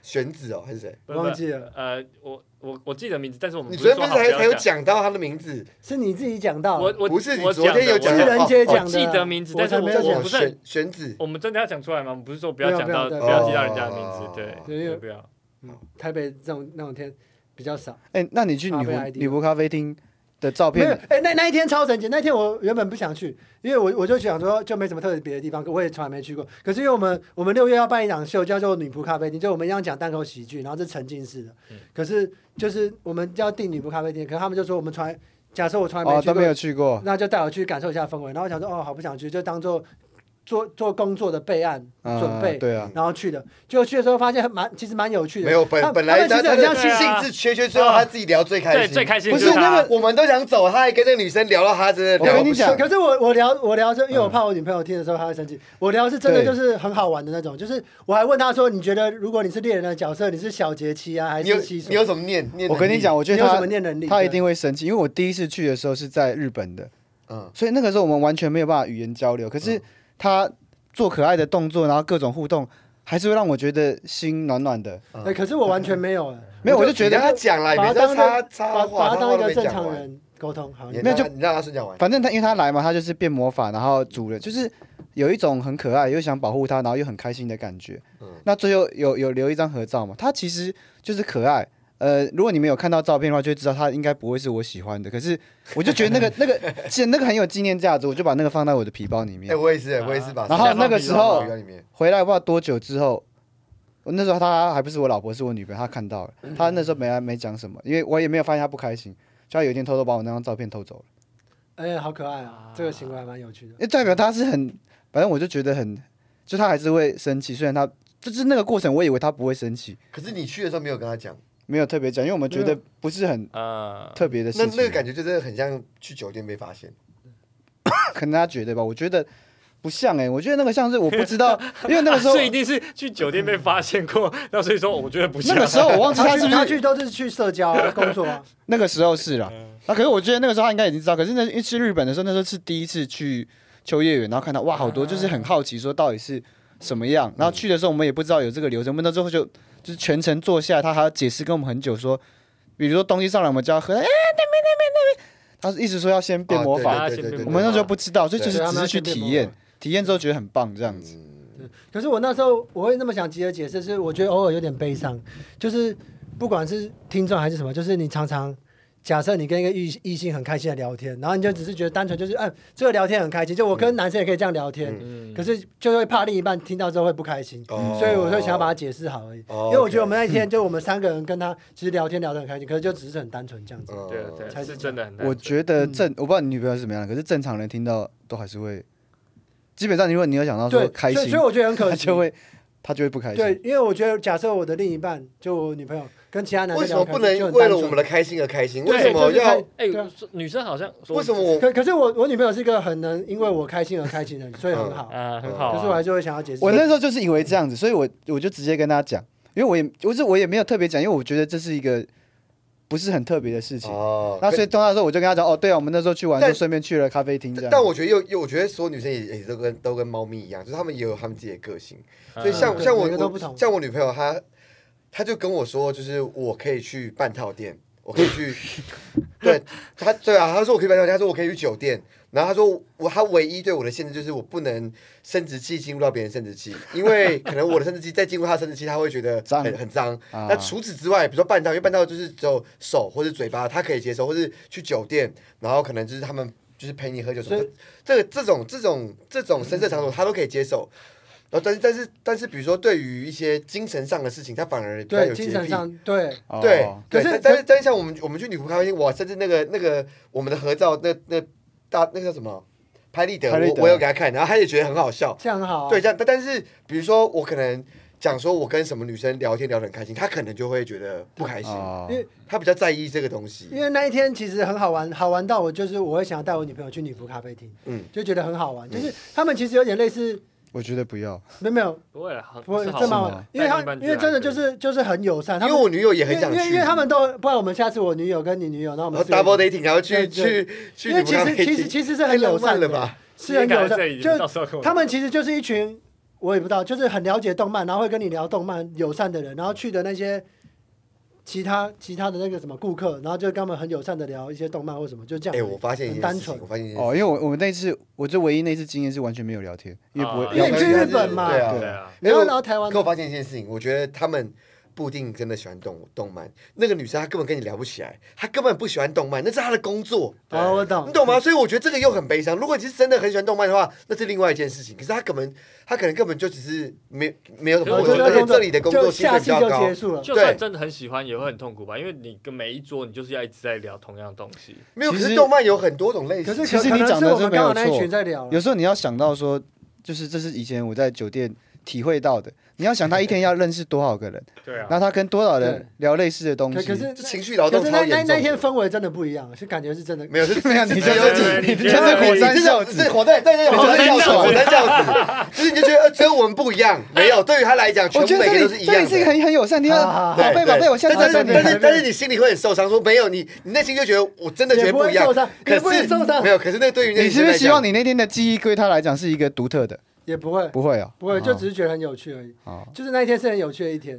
[SPEAKER 3] 玄子哦，还是谁？
[SPEAKER 4] 不是
[SPEAKER 1] 忘记了。
[SPEAKER 4] 呃，我我我记得名字，但是我们
[SPEAKER 3] 你
[SPEAKER 4] 是
[SPEAKER 3] 昨天
[SPEAKER 4] 说
[SPEAKER 3] 不是
[SPEAKER 4] 好
[SPEAKER 3] 还
[SPEAKER 4] 要
[SPEAKER 3] 还有
[SPEAKER 4] 讲？
[SPEAKER 3] 讲到他的名字？
[SPEAKER 1] 是你自己讲到
[SPEAKER 4] 我
[SPEAKER 1] 的，
[SPEAKER 4] 我
[SPEAKER 3] 不是，你
[SPEAKER 4] 我
[SPEAKER 3] 昨天有
[SPEAKER 4] 讲
[SPEAKER 1] 是
[SPEAKER 3] 讲
[SPEAKER 4] 的
[SPEAKER 3] 到
[SPEAKER 1] 人杰讲的，啊
[SPEAKER 4] 我记得名字
[SPEAKER 1] 我才
[SPEAKER 4] 但是
[SPEAKER 1] 没
[SPEAKER 4] 我
[SPEAKER 1] 有
[SPEAKER 3] 叫
[SPEAKER 1] 讲
[SPEAKER 3] 什
[SPEAKER 4] 我
[SPEAKER 3] 么
[SPEAKER 4] 不是很
[SPEAKER 3] 玄玄子？
[SPEAKER 4] 我们真的要讲出来吗？我们不是说不
[SPEAKER 1] 没
[SPEAKER 4] 要
[SPEAKER 1] 有
[SPEAKER 4] 讲到
[SPEAKER 1] 没有
[SPEAKER 4] 不要提
[SPEAKER 3] 对
[SPEAKER 4] 到人家的名
[SPEAKER 3] 哦
[SPEAKER 4] 字，对，
[SPEAKER 1] 对因为
[SPEAKER 4] 不要。
[SPEAKER 1] 嗯台北这种那种天比较少。
[SPEAKER 2] 哎，那你去
[SPEAKER 1] 咖
[SPEAKER 2] 女
[SPEAKER 1] 啡
[SPEAKER 2] 仆
[SPEAKER 1] ID
[SPEAKER 2] 女仆咖啡厅的照
[SPEAKER 1] 没有，
[SPEAKER 2] 片，
[SPEAKER 1] 哎，那那一天超神奇，那天我原本不想去，因为我我就想说就没什么特别的地方，我也从来没去过。可是因为我们我们六月要办一场秀，叫做女仆咖啡厅，就我们一样讲单口喜剧，然后是沉浸式的。
[SPEAKER 4] 嗯
[SPEAKER 1] 可是就是我们要订女仆咖啡厅，可是他们就说我们从来假设我从来没
[SPEAKER 2] 哦
[SPEAKER 1] 去
[SPEAKER 2] 都
[SPEAKER 1] 过
[SPEAKER 2] 没有去过，
[SPEAKER 1] 那就带我去感受一下氛围。然后我想说，哦，好不想去，就当做做做工作的备案、
[SPEAKER 2] 嗯
[SPEAKER 1] 准备，
[SPEAKER 2] 对啊，
[SPEAKER 1] 然后去的。结果去的时候发现蛮，其实蛮有趣
[SPEAKER 4] 啊
[SPEAKER 1] 的。
[SPEAKER 3] 没有，本
[SPEAKER 1] 他
[SPEAKER 3] 本来
[SPEAKER 1] 他们其实
[SPEAKER 3] 他他
[SPEAKER 1] 很像
[SPEAKER 3] 的
[SPEAKER 4] 对
[SPEAKER 1] 是
[SPEAKER 4] 啊
[SPEAKER 3] 兴致缺缺，最后他自己聊最开
[SPEAKER 4] 对，
[SPEAKER 3] 心。
[SPEAKER 4] 最开心
[SPEAKER 2] 不
[SPEAKER 4] 就是他
[SPEAKER 2] 那个
[SPEAKER 3] 我们都想走，他还跟那个女生聊到他真的
[SPEAKER 2] 我
[SPEAKER 3] 聊
[SPEAKER 2] 跟
[SPEAKER 3] 不
[SPEAKER 2] 你
[SPEAKER 3] 下
[SPEAKER 2] 讲
[SPEAKER 1] 可是我我聊我聊这，因为我怕我女朋友听的时候她会生气。我聊是真的就是很好玩的那种，就是我还问她说，你觉得如果你是猎人的角色，你是小节妻啊还
[SPEAKER 3] 你有
[SPEAKER 1] 是西索
[SPEAKER 3] 你？有什么念念？
[SPEAKER 2] 我跟你讲，，我觉
[SPEAKER 1] 你
[SPEAKER 2] 得
[SPEAKER 1] 有什么
[SPEAKER 2] 他
[SPEAKER 1] 念嗯能力？
[SPEAKER 2] 他
[SPEAKER 1] 对
[SPEAKER 2] 一定会生气，因为我第一次去的时候是在日本的，
[SPEAKER 3] 嗯，
[SPEAKER 2] 所以那个时候我们完全没有办法语言交流，可
[SPEAKER 1] 嗯
[SPEAKER 2] 是他做可爱的动作，然后各种互动，还是会让我觉得心暖暖的。
[SPEAKER 1] 哎，可是我完全没有 哎，
[SPEAKER 2] 没有，我就觉
[SPEAKER 3] 你让他
[SPEAKER 2] 得，
[SPEAKER 3] 讲了，你
[SPEAKER 1] 把她
[SPEAKER 3] 别再
[SPEAKER 1] 当
[SPEAKER 3] 插插
[SPEAKER 1] 把
[SPEAKER 3] 话，
[SPEAKER 1] 把
[SPEAKER 3] 他
[SPEAKER 1] 她
[SPEAKER 3] 话
[SPEAKER 1] 当一
[SPEAKER 3] 都
[SPEAKER 1] 个
[SPEAKER 3] 没
[SPEAKER 1] 正
[SPEAKER 3] 讲
[SPEAKER 1] 常
[SPEAKER 3] 完。
[SPEAKER 1] 人沟通，好像
[SPEAKER 3] 你
[SPEAKER 2] 没有
[SPEAKER 3] 让
[SPEAKER 2] 就
[SPEAKER 3] 他你让他顺讲完。
[SPEAKER 2] 反正他因为他来嘛，他就是变魔法，然后主人就是有一种很可爱，又想保护他，然后又很开心的感觉。
[SPEAKER 3] 嗯
[SPEAKER 2] 那最后有有留一张合照嘛？他其实就是可爱。呃，如果你们有看到照片的话，就会知道他应该不会是我喜欢的。可是我就觉得那个 那个，其实那个很有纪念价值，我就把那个放在我的皮包里
[SPEAKER 3] 哎，
[SPEAKER 2] 面。
[SPEAKER 3] 我也是，我也是把。
[SPEAKER 2] 啊然后那个时候
[SPEAKER 3] 鱼缸里面，
[SPEAKER 2] 回来不知道多久之后，我那时候他还不是我老婆，是我女朋友，她看到了，她那时候没没讲什么，因为我也没有发现她不开心。就她有一天偷偷把我那张照片偷走了。
[SPEAKER 1] 哎，好可爱啊！这个行为还蛮有趣的。
[SPEAKER 2] 因为代表他是很，反正我就觉得很，就他还是会生气，虽然他就是那个过程，我以为他不会生气，
[SPEAKER 3] 可是你去的时候没有跟他讲，
[SPEAKER 2] 没有特别讲，因为我们觉得不是很
[SPEAKER 4] 呃，
[SPEAKER 2] 特别的事
[SPEAKER 3] 那
[SPEAKER 2] 情，
[SPEAKER 3] 那个感觉就真的很像去酒店被发现。
[SPEAKER 2] 可能他觉得吧，我觉得不像哎、我觉得那个像是我不知道，因为那个时候
[SPEAKER 4] 啊所以一定是去酒店被发现过，那所以说我觉得不
[SPEAKER 2] 那
[SPEAKER 4] 像。
[SPEAKER 2] 个时候我忘记
[SPEAKER 1] 他
[SPEAKER 2] 他是
[SPEAKER 1] 去
[SPEAKER 2] 不
[SPEAKER 1] 他
[SPEAKER 2] 是
[SPEAKER 1] 去都是去社交啊工作啊，
[SPEAKER 2] 那个时候是啦，
[SPEAKER 4] 嗯
[SPEAKER 2] 啊，可是我觉得那个时候他应该已经知道，可是那一去日本的时候，那时候是第一次去秋叶原，然后看到哇好多，就是很好奇说到底是什么样，
[SPEAKER 1] 嗯
[SPEAKER 2] 然后去的时候我们也不知道有这个流程，我们到最后就就是全程坐下来，他还要解释跟我们很久说，比如说东西上来我们就要喝，哎、那边那边那边，他一直说要先变魔法，
[SPEAKER 3] 啊对对对对对
[SPEAKER 2] 我们那时候不知道，所以
[SPEAKER 3] 对
[SPEAKER 2] 就是
[SPEAKER 1] 对他
[SPEAKER 2] 只
[SPEAKER 1] 们要
[SPEAKER 2] 是
[SPEAKER 1] 先
[SPEAKER 2] 去
[SPEAKER 1] 变
[SPEAKER 2] 体
[SPEAKER 1] 魔
[SPEAKER 2] 验
[SPEAKER 1] 法，
[SPEAKER 2] 体验之后觉得很棒这样子，
[SPEAKER 1] 可是我那时候我会那么想急着解释，是我觉得偶尔有点悲伤，就是不管是听众还是什么，就是你常常假设你跟一个异异性很开心的聊天，然后你就只是觉得单纯就是，嗯，这个聊天很开心，就我跟男生也可以这样聊天，
[SPEAKER 4] 嗯
[SPEAKER 1] 可是就会怕另一半听到之后会不开心，
[SPEAKER 3] 哦
[SPEAKER 1] 所以我就想要把它解释好而已。
[SPEAKER 3] 哦
[SPEAKER 1] 因为我觉得我们那一天就我们三个人跟他其实聊天聊得很开心，可是就只是很单纯这样子。
[SPEAKER 2] 哦
[SPEAKER 3] 嗯
[SPEAKER 4] 对
[SPEAKER 1] 才
[SPEAKER 4] 对，
[SPEAKER 1] 是
[SPEAKER 4] 是真的很难。
[SPEAKER 2] 我觉得正，
[SPEAKER 1] 嗯
[SPEAKER 2] 我不知道你女朋友是怎么样，可是正常人听到都还是会，基本上如果你有想到
[SPEAKER 1] 对
[SPEAKER 2] 说，开
[SPEAKER 1] 所以
[SPEAKER 2] 心
[SPEAKER 1] 所以，我觉得很可
[SPEAKER 2] 他
[SPEAKER 1] 惜
[SPEAKER 2] 就。会他就会不开心，
[SPEAKER 1] 对，因为我觉得假设我的另一半就我女朋友，跟其他男生
[SPEAKER 3] 为什
[SPEAKER 1] 聊
[SPEAKER 3] 么
[SPEAKER 1] 开
[SPEAKER 3] 不
[SPEAKER 1] 心就
[SPEAKER 3] 能
[SPEAKER 1] 很
[SPEAKER 3] 为
[SPEAKER 1] 单
[SPEAKER 3] 了
[SPEAKER 1] 纯
[SPEAKER 3] 我们的开心而开心？
[SPEAKER 1] 对
[SPEAKER 3] 为什么
[SPEAKER 1] 就是
[SPEAKER 3] 要
[SPEAKER 1] 开？
[SPEAKER 4] 哎、
[SPEAKER 1] 对啊
[SPEAKER 4] 说女生好像说
[SPEAKER 3] 为什么我
[SPEAKER 1] 可可是我我女朋友是一个很能因为我开心而开心的人，所以
[SPEAKER 3] 嗯
[SPEAKER 1] 很好。
[SPEAKER 4] 啊、很好、啊，
[SPEAKER 1] 可是我还是会想要解释。
[SPEAKER 2] 我那时候就是以为这样子，所以我我就直接跟他讲，因为我也我是我也没有特别讲，因为我觉得这是一个不是很特别的事情。
[SPEAKER 3] 哦
[SPEAKER 2] 那所以通常的时候我就跟他讲，哦，对啊，我们那时候去玩
[SPEAKER 3] 但
[SPEAKER 2] 就顺便去了咖啡厅这样。
[SPEAKER 3] 但我觉得又又，我觉得所有女生也也都跟都跟猫咪一样，就是她们也有她们自己的个性。所以像
[SPEAKER 1] 嗯
[SPEAKER 3] 像我
[SPEAKER 1] 每个都不
[SPEAKER 3] 我
[SPEAKER 1] 同
[SPEAKER 3] 像我女朋友她，她就跟我说，就是我可以去半套店，我可以 去，对她对啊，她说我可以半套店，她说我可以去酒店，然后她说我她唯一对我的限制就是我不能生殖器进入到别人生殖器，因为可能我的生殖器再进入她的生殖器，她会觉得
[SPEAKER 2] 脏
[SPEAKER 3] 很很脏。
[SPEAKER 2] 啊
[SPEAKER 3] 那除此之外，比如说半套，因为半套就是只有手或者嘴巴，她可以接受，或是去酒店，然后可能就是他们就是陪你喝酒什么
[SPEAKER 1] 所
[SPEAKER 3] 的，这个这种这种这种深色场所她都可以接受。然后，但是但是但是，比如说对于一些精神上的事情，她反而比较
[SPEAKER 1] 对
[SPEAKER 3] 有洁
[SPEAKER 1] 精
[SPEAKER 3] 癖。
[SPEAKER 1] 神上对，
[SPEAKER 2] 哦
[SPEAKER 3] 对对，
[SPEAKER 1] 可是
[SPEAKER 3] 但但是但是像我们我们去女仆咖啡厅，哇，甚至那个那个我们的合照，那那大那个叫什么拍立得，
[SPEAKER 2] 拍立
[SPEAKER 3] 我
[SPEAKER 2] 得
[SPEAKER 3] 我有给她看，然后她也觉得很好笑。
[SPEAKER 1] 这样很好啊。
[SPEAKER 3] 对，这样，但但是比如说我可能讲说我跟什么女生聊天聊得很开心，她可能就会觉得不开心，
[SPEAKER 2] 哦
[SPEAKER 1] 因为
[SPEAKER 3] 她比较在意这个东西。
[SPEAKER 1] 因为那一天其实很好玩，好玩到我就是我会想要带我女朋友去女仆咖啡厅，
[SPEAKER 3] 嗯
[SPEAKER 1] 就觉得很好玩。就是他们其实有点类似，
[SPEAKER 2] 我觉得不要，
[SPEAKER 1] 没有没有，
[SPEAKER 4] 不会了，很
[SPEAKER 1] 不会
[SPEAKER 4] 是好
[SPEAKER 1] 这
[SPEAKER 4] 玩
[SPEAKER 1] 么
[SPEAKER 4] 的
[SPEAKER 1] 好
[SPEAKER 2] 玩
[SPEAKER 1] 玩，因为他
[SPEAKER 4] 带另一半去
[SPEAKER 1] 因为真的
[SPEAKER 4] 还可
[SPEAKER 1] 就
[SPEAKER 4] 以
[SPEAKER 1] 是就是很友善，他
[SPEAKER 3] 因为
[SPEAKER 1] 们
[SPEAKER 3] 我女友也很想
[SPEAKER 1] 啊因为因
[SPEAKER 3] 去，
[SPEAKER 1] 为因为他
[SPEAKER 3] 然
[SPEAKER 1] 们都不然我们下次我女友跟你女友，那我们
[SPEAKER 3] 后 double
[SPEAKER 1] 的，
[SPEAKER 3] dating，然后
[SPEAKER 1] 对
[SPEAKER 3] 去
[SPEAKER 1] 对
[SPEAKER 3] 去去
[SPEAKER 1] 因
[SPEAKER 3] 女
[SPEAKER 1] 为
[SPEAKER 3] 仆
[SPEAKER 1] 其
[SPEAKER 3] 咖
[SPEAKER 1] 实
[SPEAKER 3] 啡
[SPEAKER 1] 其实
[SPEAKER 3] 厅，
[SPEAKER 1] 其实是
[SPEAKER 3] 太
[SPEAKER 1] 很友
[SPEAKER 3] 浪漫
[SPEAKER 1] 善
[SPEAKER 3] 了
[SPEAKER 1] 的，
[SPEAKER 3] 吧？
[SPEAKER 1] 是很友
[SPEAKER 4] 你赶快
[SPEAKER 1] 善
[SPEAKER 4] 这里，你
[SPEAKER 1] 就
[SPEAKER 4] 们到时候跟我
[SPEAKER 1] 他们其实就是一群，我也不知道，就是很了解动漫，然后会跟你聊动漫友善的人，然后去的那些其他其他的那个什么顾客，然后就跟他们很友善的聊一些动漫或什么，就这样。
[SPEAKER 3] 哎、我发现一
[SPEAKER 1] 很
[SPEAKER 3] 件
[SPEAKER 1] 单
[SPEAKER 3] 事情
[SPEAKER 1] 纯，
[SPEAKER 3] 我发现一件
[SPEAKER 2] 哦，因为我我们那次我这唯一那次经验是完全没有聊天，因为不会
[SPEAKER 4] 啊，
[SPEAKER 1] 因为你去日本嘛
[SPEAKER 3] 对啊
[SPEAKER 4] 对啊，
[SPEAKER 1] 没
[SPEAKER 3] 没有
[SPEAKER 1] 有，然后台湾
[SPEAKER 3] 可我发现一件事情，我觉得他们不一定真的喜欢动动漫。那个女生她根本跟你聊不起来，她根本不喜欢动漫，那是她的工作，
[SPEAKER 1] 哦，我懂，
[SPEAKER 3] 你懂吗？所以我觉得这个又很悲伤。如果你是真的很喜欢动漫的话，那是另外一件事情。可是她根本，她可能根本就只是没没有什么
[SPEAKER 1] 我
[SPEAKER 4] 我
[SPEAKER 3] 工
[SPEAKER 4] 觉
[SPEAKER 3] 作，
[SPEAKER 1] 就
[SPEAKER 3] 而
[SPEAKER 4] 得
[SPEAKER 3] 且
[SPEAKER 1] 工作
[SPEAKER 3] 这里的工作
[SPEAKER 1] 就
[SPEAKER 3] 薪
[SPEAKER 1] 下
[SPEAKER 3] 水
[SPEAKER 1] 季
[SPEAKER 3] 比较
[SPEAKER 1] 就
[SPEAKER 3] 高
[SPEAKER 1] 结。束了。
[SPEAKER 4] 就
[SPEAKER 3] 对
[SPEAKER 4] 算真的很喜欢，也会很痛苦吧？因为你跟每一桌，你就是要一直在聊同样的东西。
[SPEAKER 3] 没有，可
[SPEAKER 2] 其
[SPEAKER 3] 是
[SPEAKER 2] 实
[SPEAKER 3] 动漫有很多种类
[SPEAKER 1] 可
[SPEAKER 3] 型。
[SPEAKER 1] 是
[SPEAKER 2] 其实
[SPEAKER 1] 可
[SPEAKER 2] 你
[SPEAKER 1] 可能
[SPEAKER 2] 讲
[SPEAKER 1] 是
[SPEAKER 2] 的
[SPEAKER 1] 我
[SPEAKER 2] 是
[SPEAKER 1] 们
[SPEAKER 2] 没有
[SPEAKER 1] 刚好那一
[SPEAKER 2] 错
[SPEAKER 1] 群在聊了，
[SPEAKER 2] 有时候你要想到说，就是这是以前我在酒店体会到的，你要想他一天要认识多少个人，
[SPEAKER 4] 对啊
[SPEAKER 2] 然，后他跟多少人
[SPEAKER 1] 对
[SPEAKER 2] 聊类似的东
[SPEAKER 1] 可
[SPEAKER 2] 西。
[SPEAKER 1] 可是
[SPEAKER 3] 这情绪劳
[SPEAKER 1] 可
[SPEAKER 3] 动
[SPEAKER 1] 是
[SPEAKER 3] 超
[SPEAKER 1] 那
[SPEAKER 3] 严
[SPEAKER 1] 那
[SPEAKER 3] 重的。
[SPEAKER 1] 那天氛围真的不一样，是感觉是真的。
[SPEAKER 3] 没有是
[SPEAKER 2] 没有，你就
[SPEAKER 3] 只
[SPEAKER 4] 对对
[SPEAKER 2] 是
[SPEAKER 4] 对
[SPEAKER 2] 你
[SPEAKER 4] 你
[SPEAKER 2] 就
[SPEAKER 4] 觉得
[SPEAKER 2] 是火
[SPEAKER 4] 你
[SPEAKER 2] 山
[SPEAKER 3] 这
[SPEAKER 2] 孝
[SPEAKER 3] 种是
[SPEAKER 2] 子，
[SPEAKER 3] 火山，对对，
[SPEAKER 2] 对
[SPEAKER 3] 火山
[SPEAKER 2] 对
[SPEAKER 3] 教子，
[SPEAKER 2] 对
[SPEAKER 3] 火山教子，就是你就觉得，呃只有我们不一样，没有，对于他来讲，全
[SPEAKER 2] 我
[SPEAKER 3] 部
[SPEAKER 2] 觉得
[SPEAKER 3] 每
[SPEAKER 2] 这
[SPEAKER 3] 个都是
[SPEAKER 2] 里
[SPEAKER 3] 一样
[SPEAKER 2] 这
[SPEAKER 3] 的啊
[SPEAKER 2] 里。是一个很很友善的地
[SPEAKER 1] 好好
[SPEAKER 2] 方。
[SPEAKER 1] 好
[SPEAKER 2] 宝贝
[SPEAKER 3] 对
[SPEAKER 2] 宝贝，我下次
[SPEAKER 3] 但
[SPEAKER 2] 再带你。
[SPEAKER 3] 是但
[SPEAKER 1] 随
[SPEAKER 3] 是
[SPEAKER 1] 便
[SPEAKER 3] 但是你心里会很受伤，说没有你，你内心就觉得我真的觉得不一
[SPEAKER 1] 也
[SPEAKER 3] 样，
[SPEAKER 1] 不会受伤
[SPEAKER 3] 可
[SPEAKER 1] 也不会
[SPEAKER 3] 是
[SPEAKER 1] 受伤
[SPEAKER 3] 没有，可是那对于那
[SPEAKER 2] 你
[SPEAKER 3] 女
[SPEAKER 2] 是
[SPEAKER 3] 生
[SPEAKER 2] 不
[SPEAKER 3] 来
[SPEAKER 2] 是
[SPEAKER 3] 讲
[SPEAKER 2] 希望你那天的记忆对他来讲是一个独特的？
[SPEAKER 1] 也不会
[SPEAKER 2] 不会哦，
[SPEAKER 1] 不会，
[SPEAKER 3] 啊
[SPEAKER 1] 就只
[SPEAKER 2] 是
[SPEAKER 1] 是觉得很有趣而已。
[SPEAKER 2] 哦
[SPEAKER 1] 就是那一天是很有趣的一天，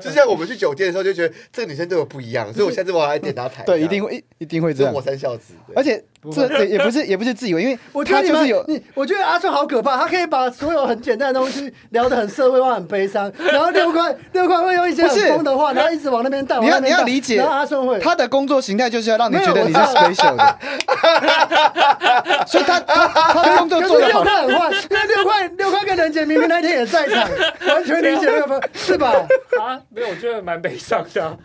[SPEAKER 3] 就像我们去酒店的时候就觉得这个女生对我不一样，所以我下次我要来点她台，
[SPEAKER 2] 对，一定会一一定会这
[SPEAKER 3] 是
[SPEAKER 2] 样
[SPEAKER 3] 火。山孝子，对
[SPEAKER 2] 而且这也不是也不是自以为，因为
[SPEAKER 1] 我觉
[SPEAKER 2] 他
[SPEAKER 1] 得你
[SPEAKER 2] 就
[SPEAKER 1] 们
[SPEAKER 2] 是有
[SPEAKER 1] 你，我觉得阿顺好可怕，他可以把所有很简单的东西聊得很社会化、很悲伤，然后六块六块会用一些
[SPEAKER 2] 不
[SPEAKER 1] 很
[SPEAKER 2] 是
[SPEAKER 1] 疯的话，然后一直往那边带。
[SPEAKER 2] 你要
[SPEAKER 1] 往那边带
[SPEAKER 2] 你要理解
[SPEAKER 1] 然后阿顺会，
[SPEAKER 2] 他的工作形态就是要让你
[SPEAKER 1] 没有
[SPEAKER 2] 觉得你是
[SPEAKER 1] 我知道
[SPEAKER 2] special 的，所以他他他的工作
[SPEAKER 1] 可
[SPEAKER 2] 做
[SPEAKER 1] 是
[SPEAKER 2] 得
[SPEAKER 1] 六
[SPEAKER 2] 好。
[SPEAKER 1] 块很坏，因为六块六块跟任杰明明那天也在场，完全理解那个分是吧？
[SPEAKER 4] 啊，没有，我觉得蛮悲伤的啊、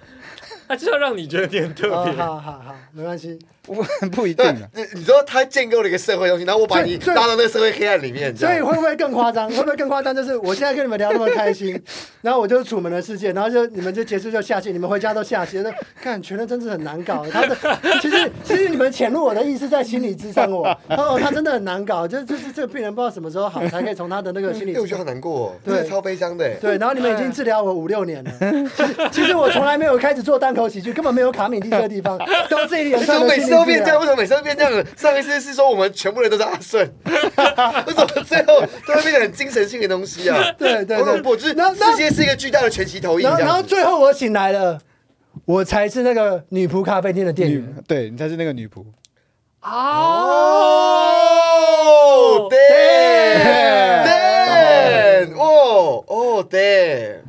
[SPEAKER 4] 他就是要让你觉得你很特
[SPEAKER 1] 哦，
[SPEAKER 4] 别。
[SPEAKER 1] 好好好，没关系。
[SPEAKER 2] 不 不一定
[SPEAKER 3] 对
[SPEAKER 2] 啊，，
[SPEAKER 3] 你你知道她建构了一个社会东西，然后我把
[SPEAKER 1] 所
[SPEAKER 3] 你
[SPEAKER 1] 以所以
[SPEAKER 3] 拉到那个社会黑暗里面，这
[SPEAKER 1] 所以
[SPEAKER 3] 样
[SPEAKER 1] 会不会更夸张？会 不会更夸张？就是我现在跟你们聊那么开 心，然后我就是楚门的世界，然后就你们就结束就下线，你们回家都下线，那看全人真是很难搞。他的其实其实你们潜入我的意识，在心理之上我，哦，他真的很难搞，就就是这个病人不知道什么时候好，才可以从他的那个 心理
[SPEAKER 3] 哎，我觉得好难过哦，
[SPEAKER 1] 对
[SPEAKER 3] 真的超悲伤的，哎
[SPEAKER 1] 对，然后你们已经治疗我五六年了。其实其实我从来没有开始做单口喜剧，根本没有卡米蒂这个地 方，都是一连
[SPEAKER 3] 为什
[SPEAKER 1] 串
[SPEAKER 3] 么
[SPEAKER 1] 的
[SPEAKER 3] 每
[SPEAKER 1] 心
[SPEAKER 3] 次
[SPEAKER 1] 理治疗
[SPEAKER 3] 都变这样？为。什么每次都变这样了？上一次是说我们全部人都是阿顺， 为什么最后都会变得很精神性的东西啊？
[SPEAKER 1] 对对对
[SPEAKER 3] 好恐怖！就是
[SPEAKER 1] 然后然后
[SPEAKER 3] 世界是一个巨大的全息投影
[SPEAKER 1] 然后
[SPEAKER 3] 这
[SPEAKER 1] 然后
[SPEAKER 3] 样子。
[SPEAKER 1] 最后我醒来了，我才是那个女仆咖啡店的店
[SPEAKER 2] 女
[SPEAKER 1] 员。
[SPEAKER 2] 对你才是那个女仆，
[SPEAKER 3] 哦，damn，damn，哦哦，damn，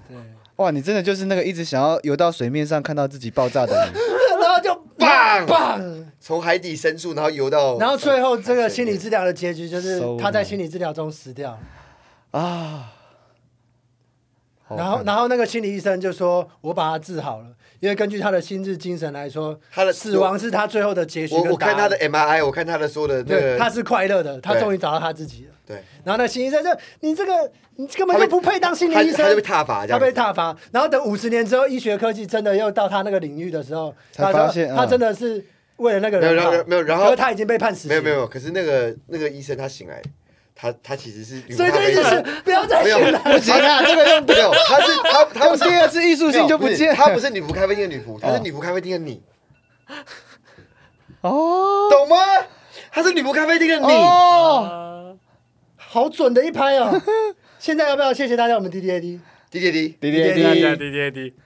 [SPEAKER 2] 哇，你真的就是那个一直想要游到水面上看到自己爆炸的你。
[SPEAKER 1] 然后就
[SPEAKER 3] 棒
[SPEAKER 1] 棒，
[SPEAKER 3] 从海底深处，然后游到，
[SPEAKER 1] 然后最后这个心理治疗的结局就是
[SPEAKER 2] So
[SPEAKER 3] 啊
[SPEAKER 1] 他在心理治疗中死掉了。
[SPEAKER 2] 啊，好
[SPEAKER 1] 然后，
[SPEAKER 2] 看
[SPEAKER 1] 然后那个心理医生就说：“我把他治好了，因为根据他的心智精神来说，
[SPEAKER 3] 他的
[SPEAKER 1] 死亡是他最后的结局
[SPEAKER 3] 我
[SPEAKER 1] 跟
[SPEAKER 3] 我看
[SPEAKER 1] 答
[SPEAKER 3] 他
[SPEAKER 1] 案
[SPEAKER 3] 的 MRI，我看他的说的那
[SPEAKER 1] 对，
[SPEAKER 3] 个，
[SPEAKER 1] 他是快乐的，他
[SPEAKER 3] 对
[SPEAKER 1] 终于找到他自己了。
[SPEAKER 3] 对，
[SPEAKER 1] 然后那心理医生就：你这个你根本
[SPEAKER 3] 他
[SPEAKER 1] 就
[SPEAKER 3] 被
[SPEAKER 1] 不配当心理医生，
[SPEAKER 3] 他他就被踏伐这
[SPEAKER 1] 他
[SPEAKER 3] 样
[SPEAKER 1] 被
[SPEAKER 3] 子。
[SPEAKER 1] 踏伐。然后等五十年之后，医学科技真的又到他那个领域的时候，
[SPEAKER 2] 才
[SPEAKER 1] 他
[SPEAKER 2] 发
[SPEAKER 1] 说
[SPEAKER 2] 现
[SPEAKER 1] 他
[SPEAKER 2] 嗯
[SPEAKER 1] 真的是为了那个
[SPEAKER 3] 没有
[SPEAKER 1] 人
[SPEAKER 3] 然
[SPEAKER 1] 好
[SPEAKER 3] 后没有然后
[SPEAKER 1] 可是他已经被判死刑，
[SPEAKER 3] 没有没有，可是那个那个医生他醒来，他他其实是
[SPEAKER 1] 所以就一直是不要再
[SPEAKER 3] 没有
[SPEAKER 1] 醒了。
[SPEAKER 3] 不行啊，这个用没有，他是 他他不
[SPEAKER 2] 用
[SPEAKER 3] 是
[SPEAKER 2] 第二次艺术性就不见了，
[SPEAKER 3] 他不是女仆咖啡厅的女仆，他是
[SPEAKER 2] 哦
[SPEAKER 3] 女仆咖啡厅的你，
[SPEAKER 2] 哦
[SPEAKER 3] 懂吗？他是女仆咖啡厅的你，
[SPEAKER 2] 哦，
[SPEAKER 4] 啊
[SPEAKER 1] 好准的一拍哦！现在要不要谢谢大家？我们 D D A D，
[SPEAKER 3] 滴滴滴，
[SPEAKER 2] 滴
[SPEAKER 1] 滴
[SPEAKER 2] 滴
[SPEAKER 4] 大家
[SPEAKER 2] 滴，
[SPEAKER 4] 滴滴滴，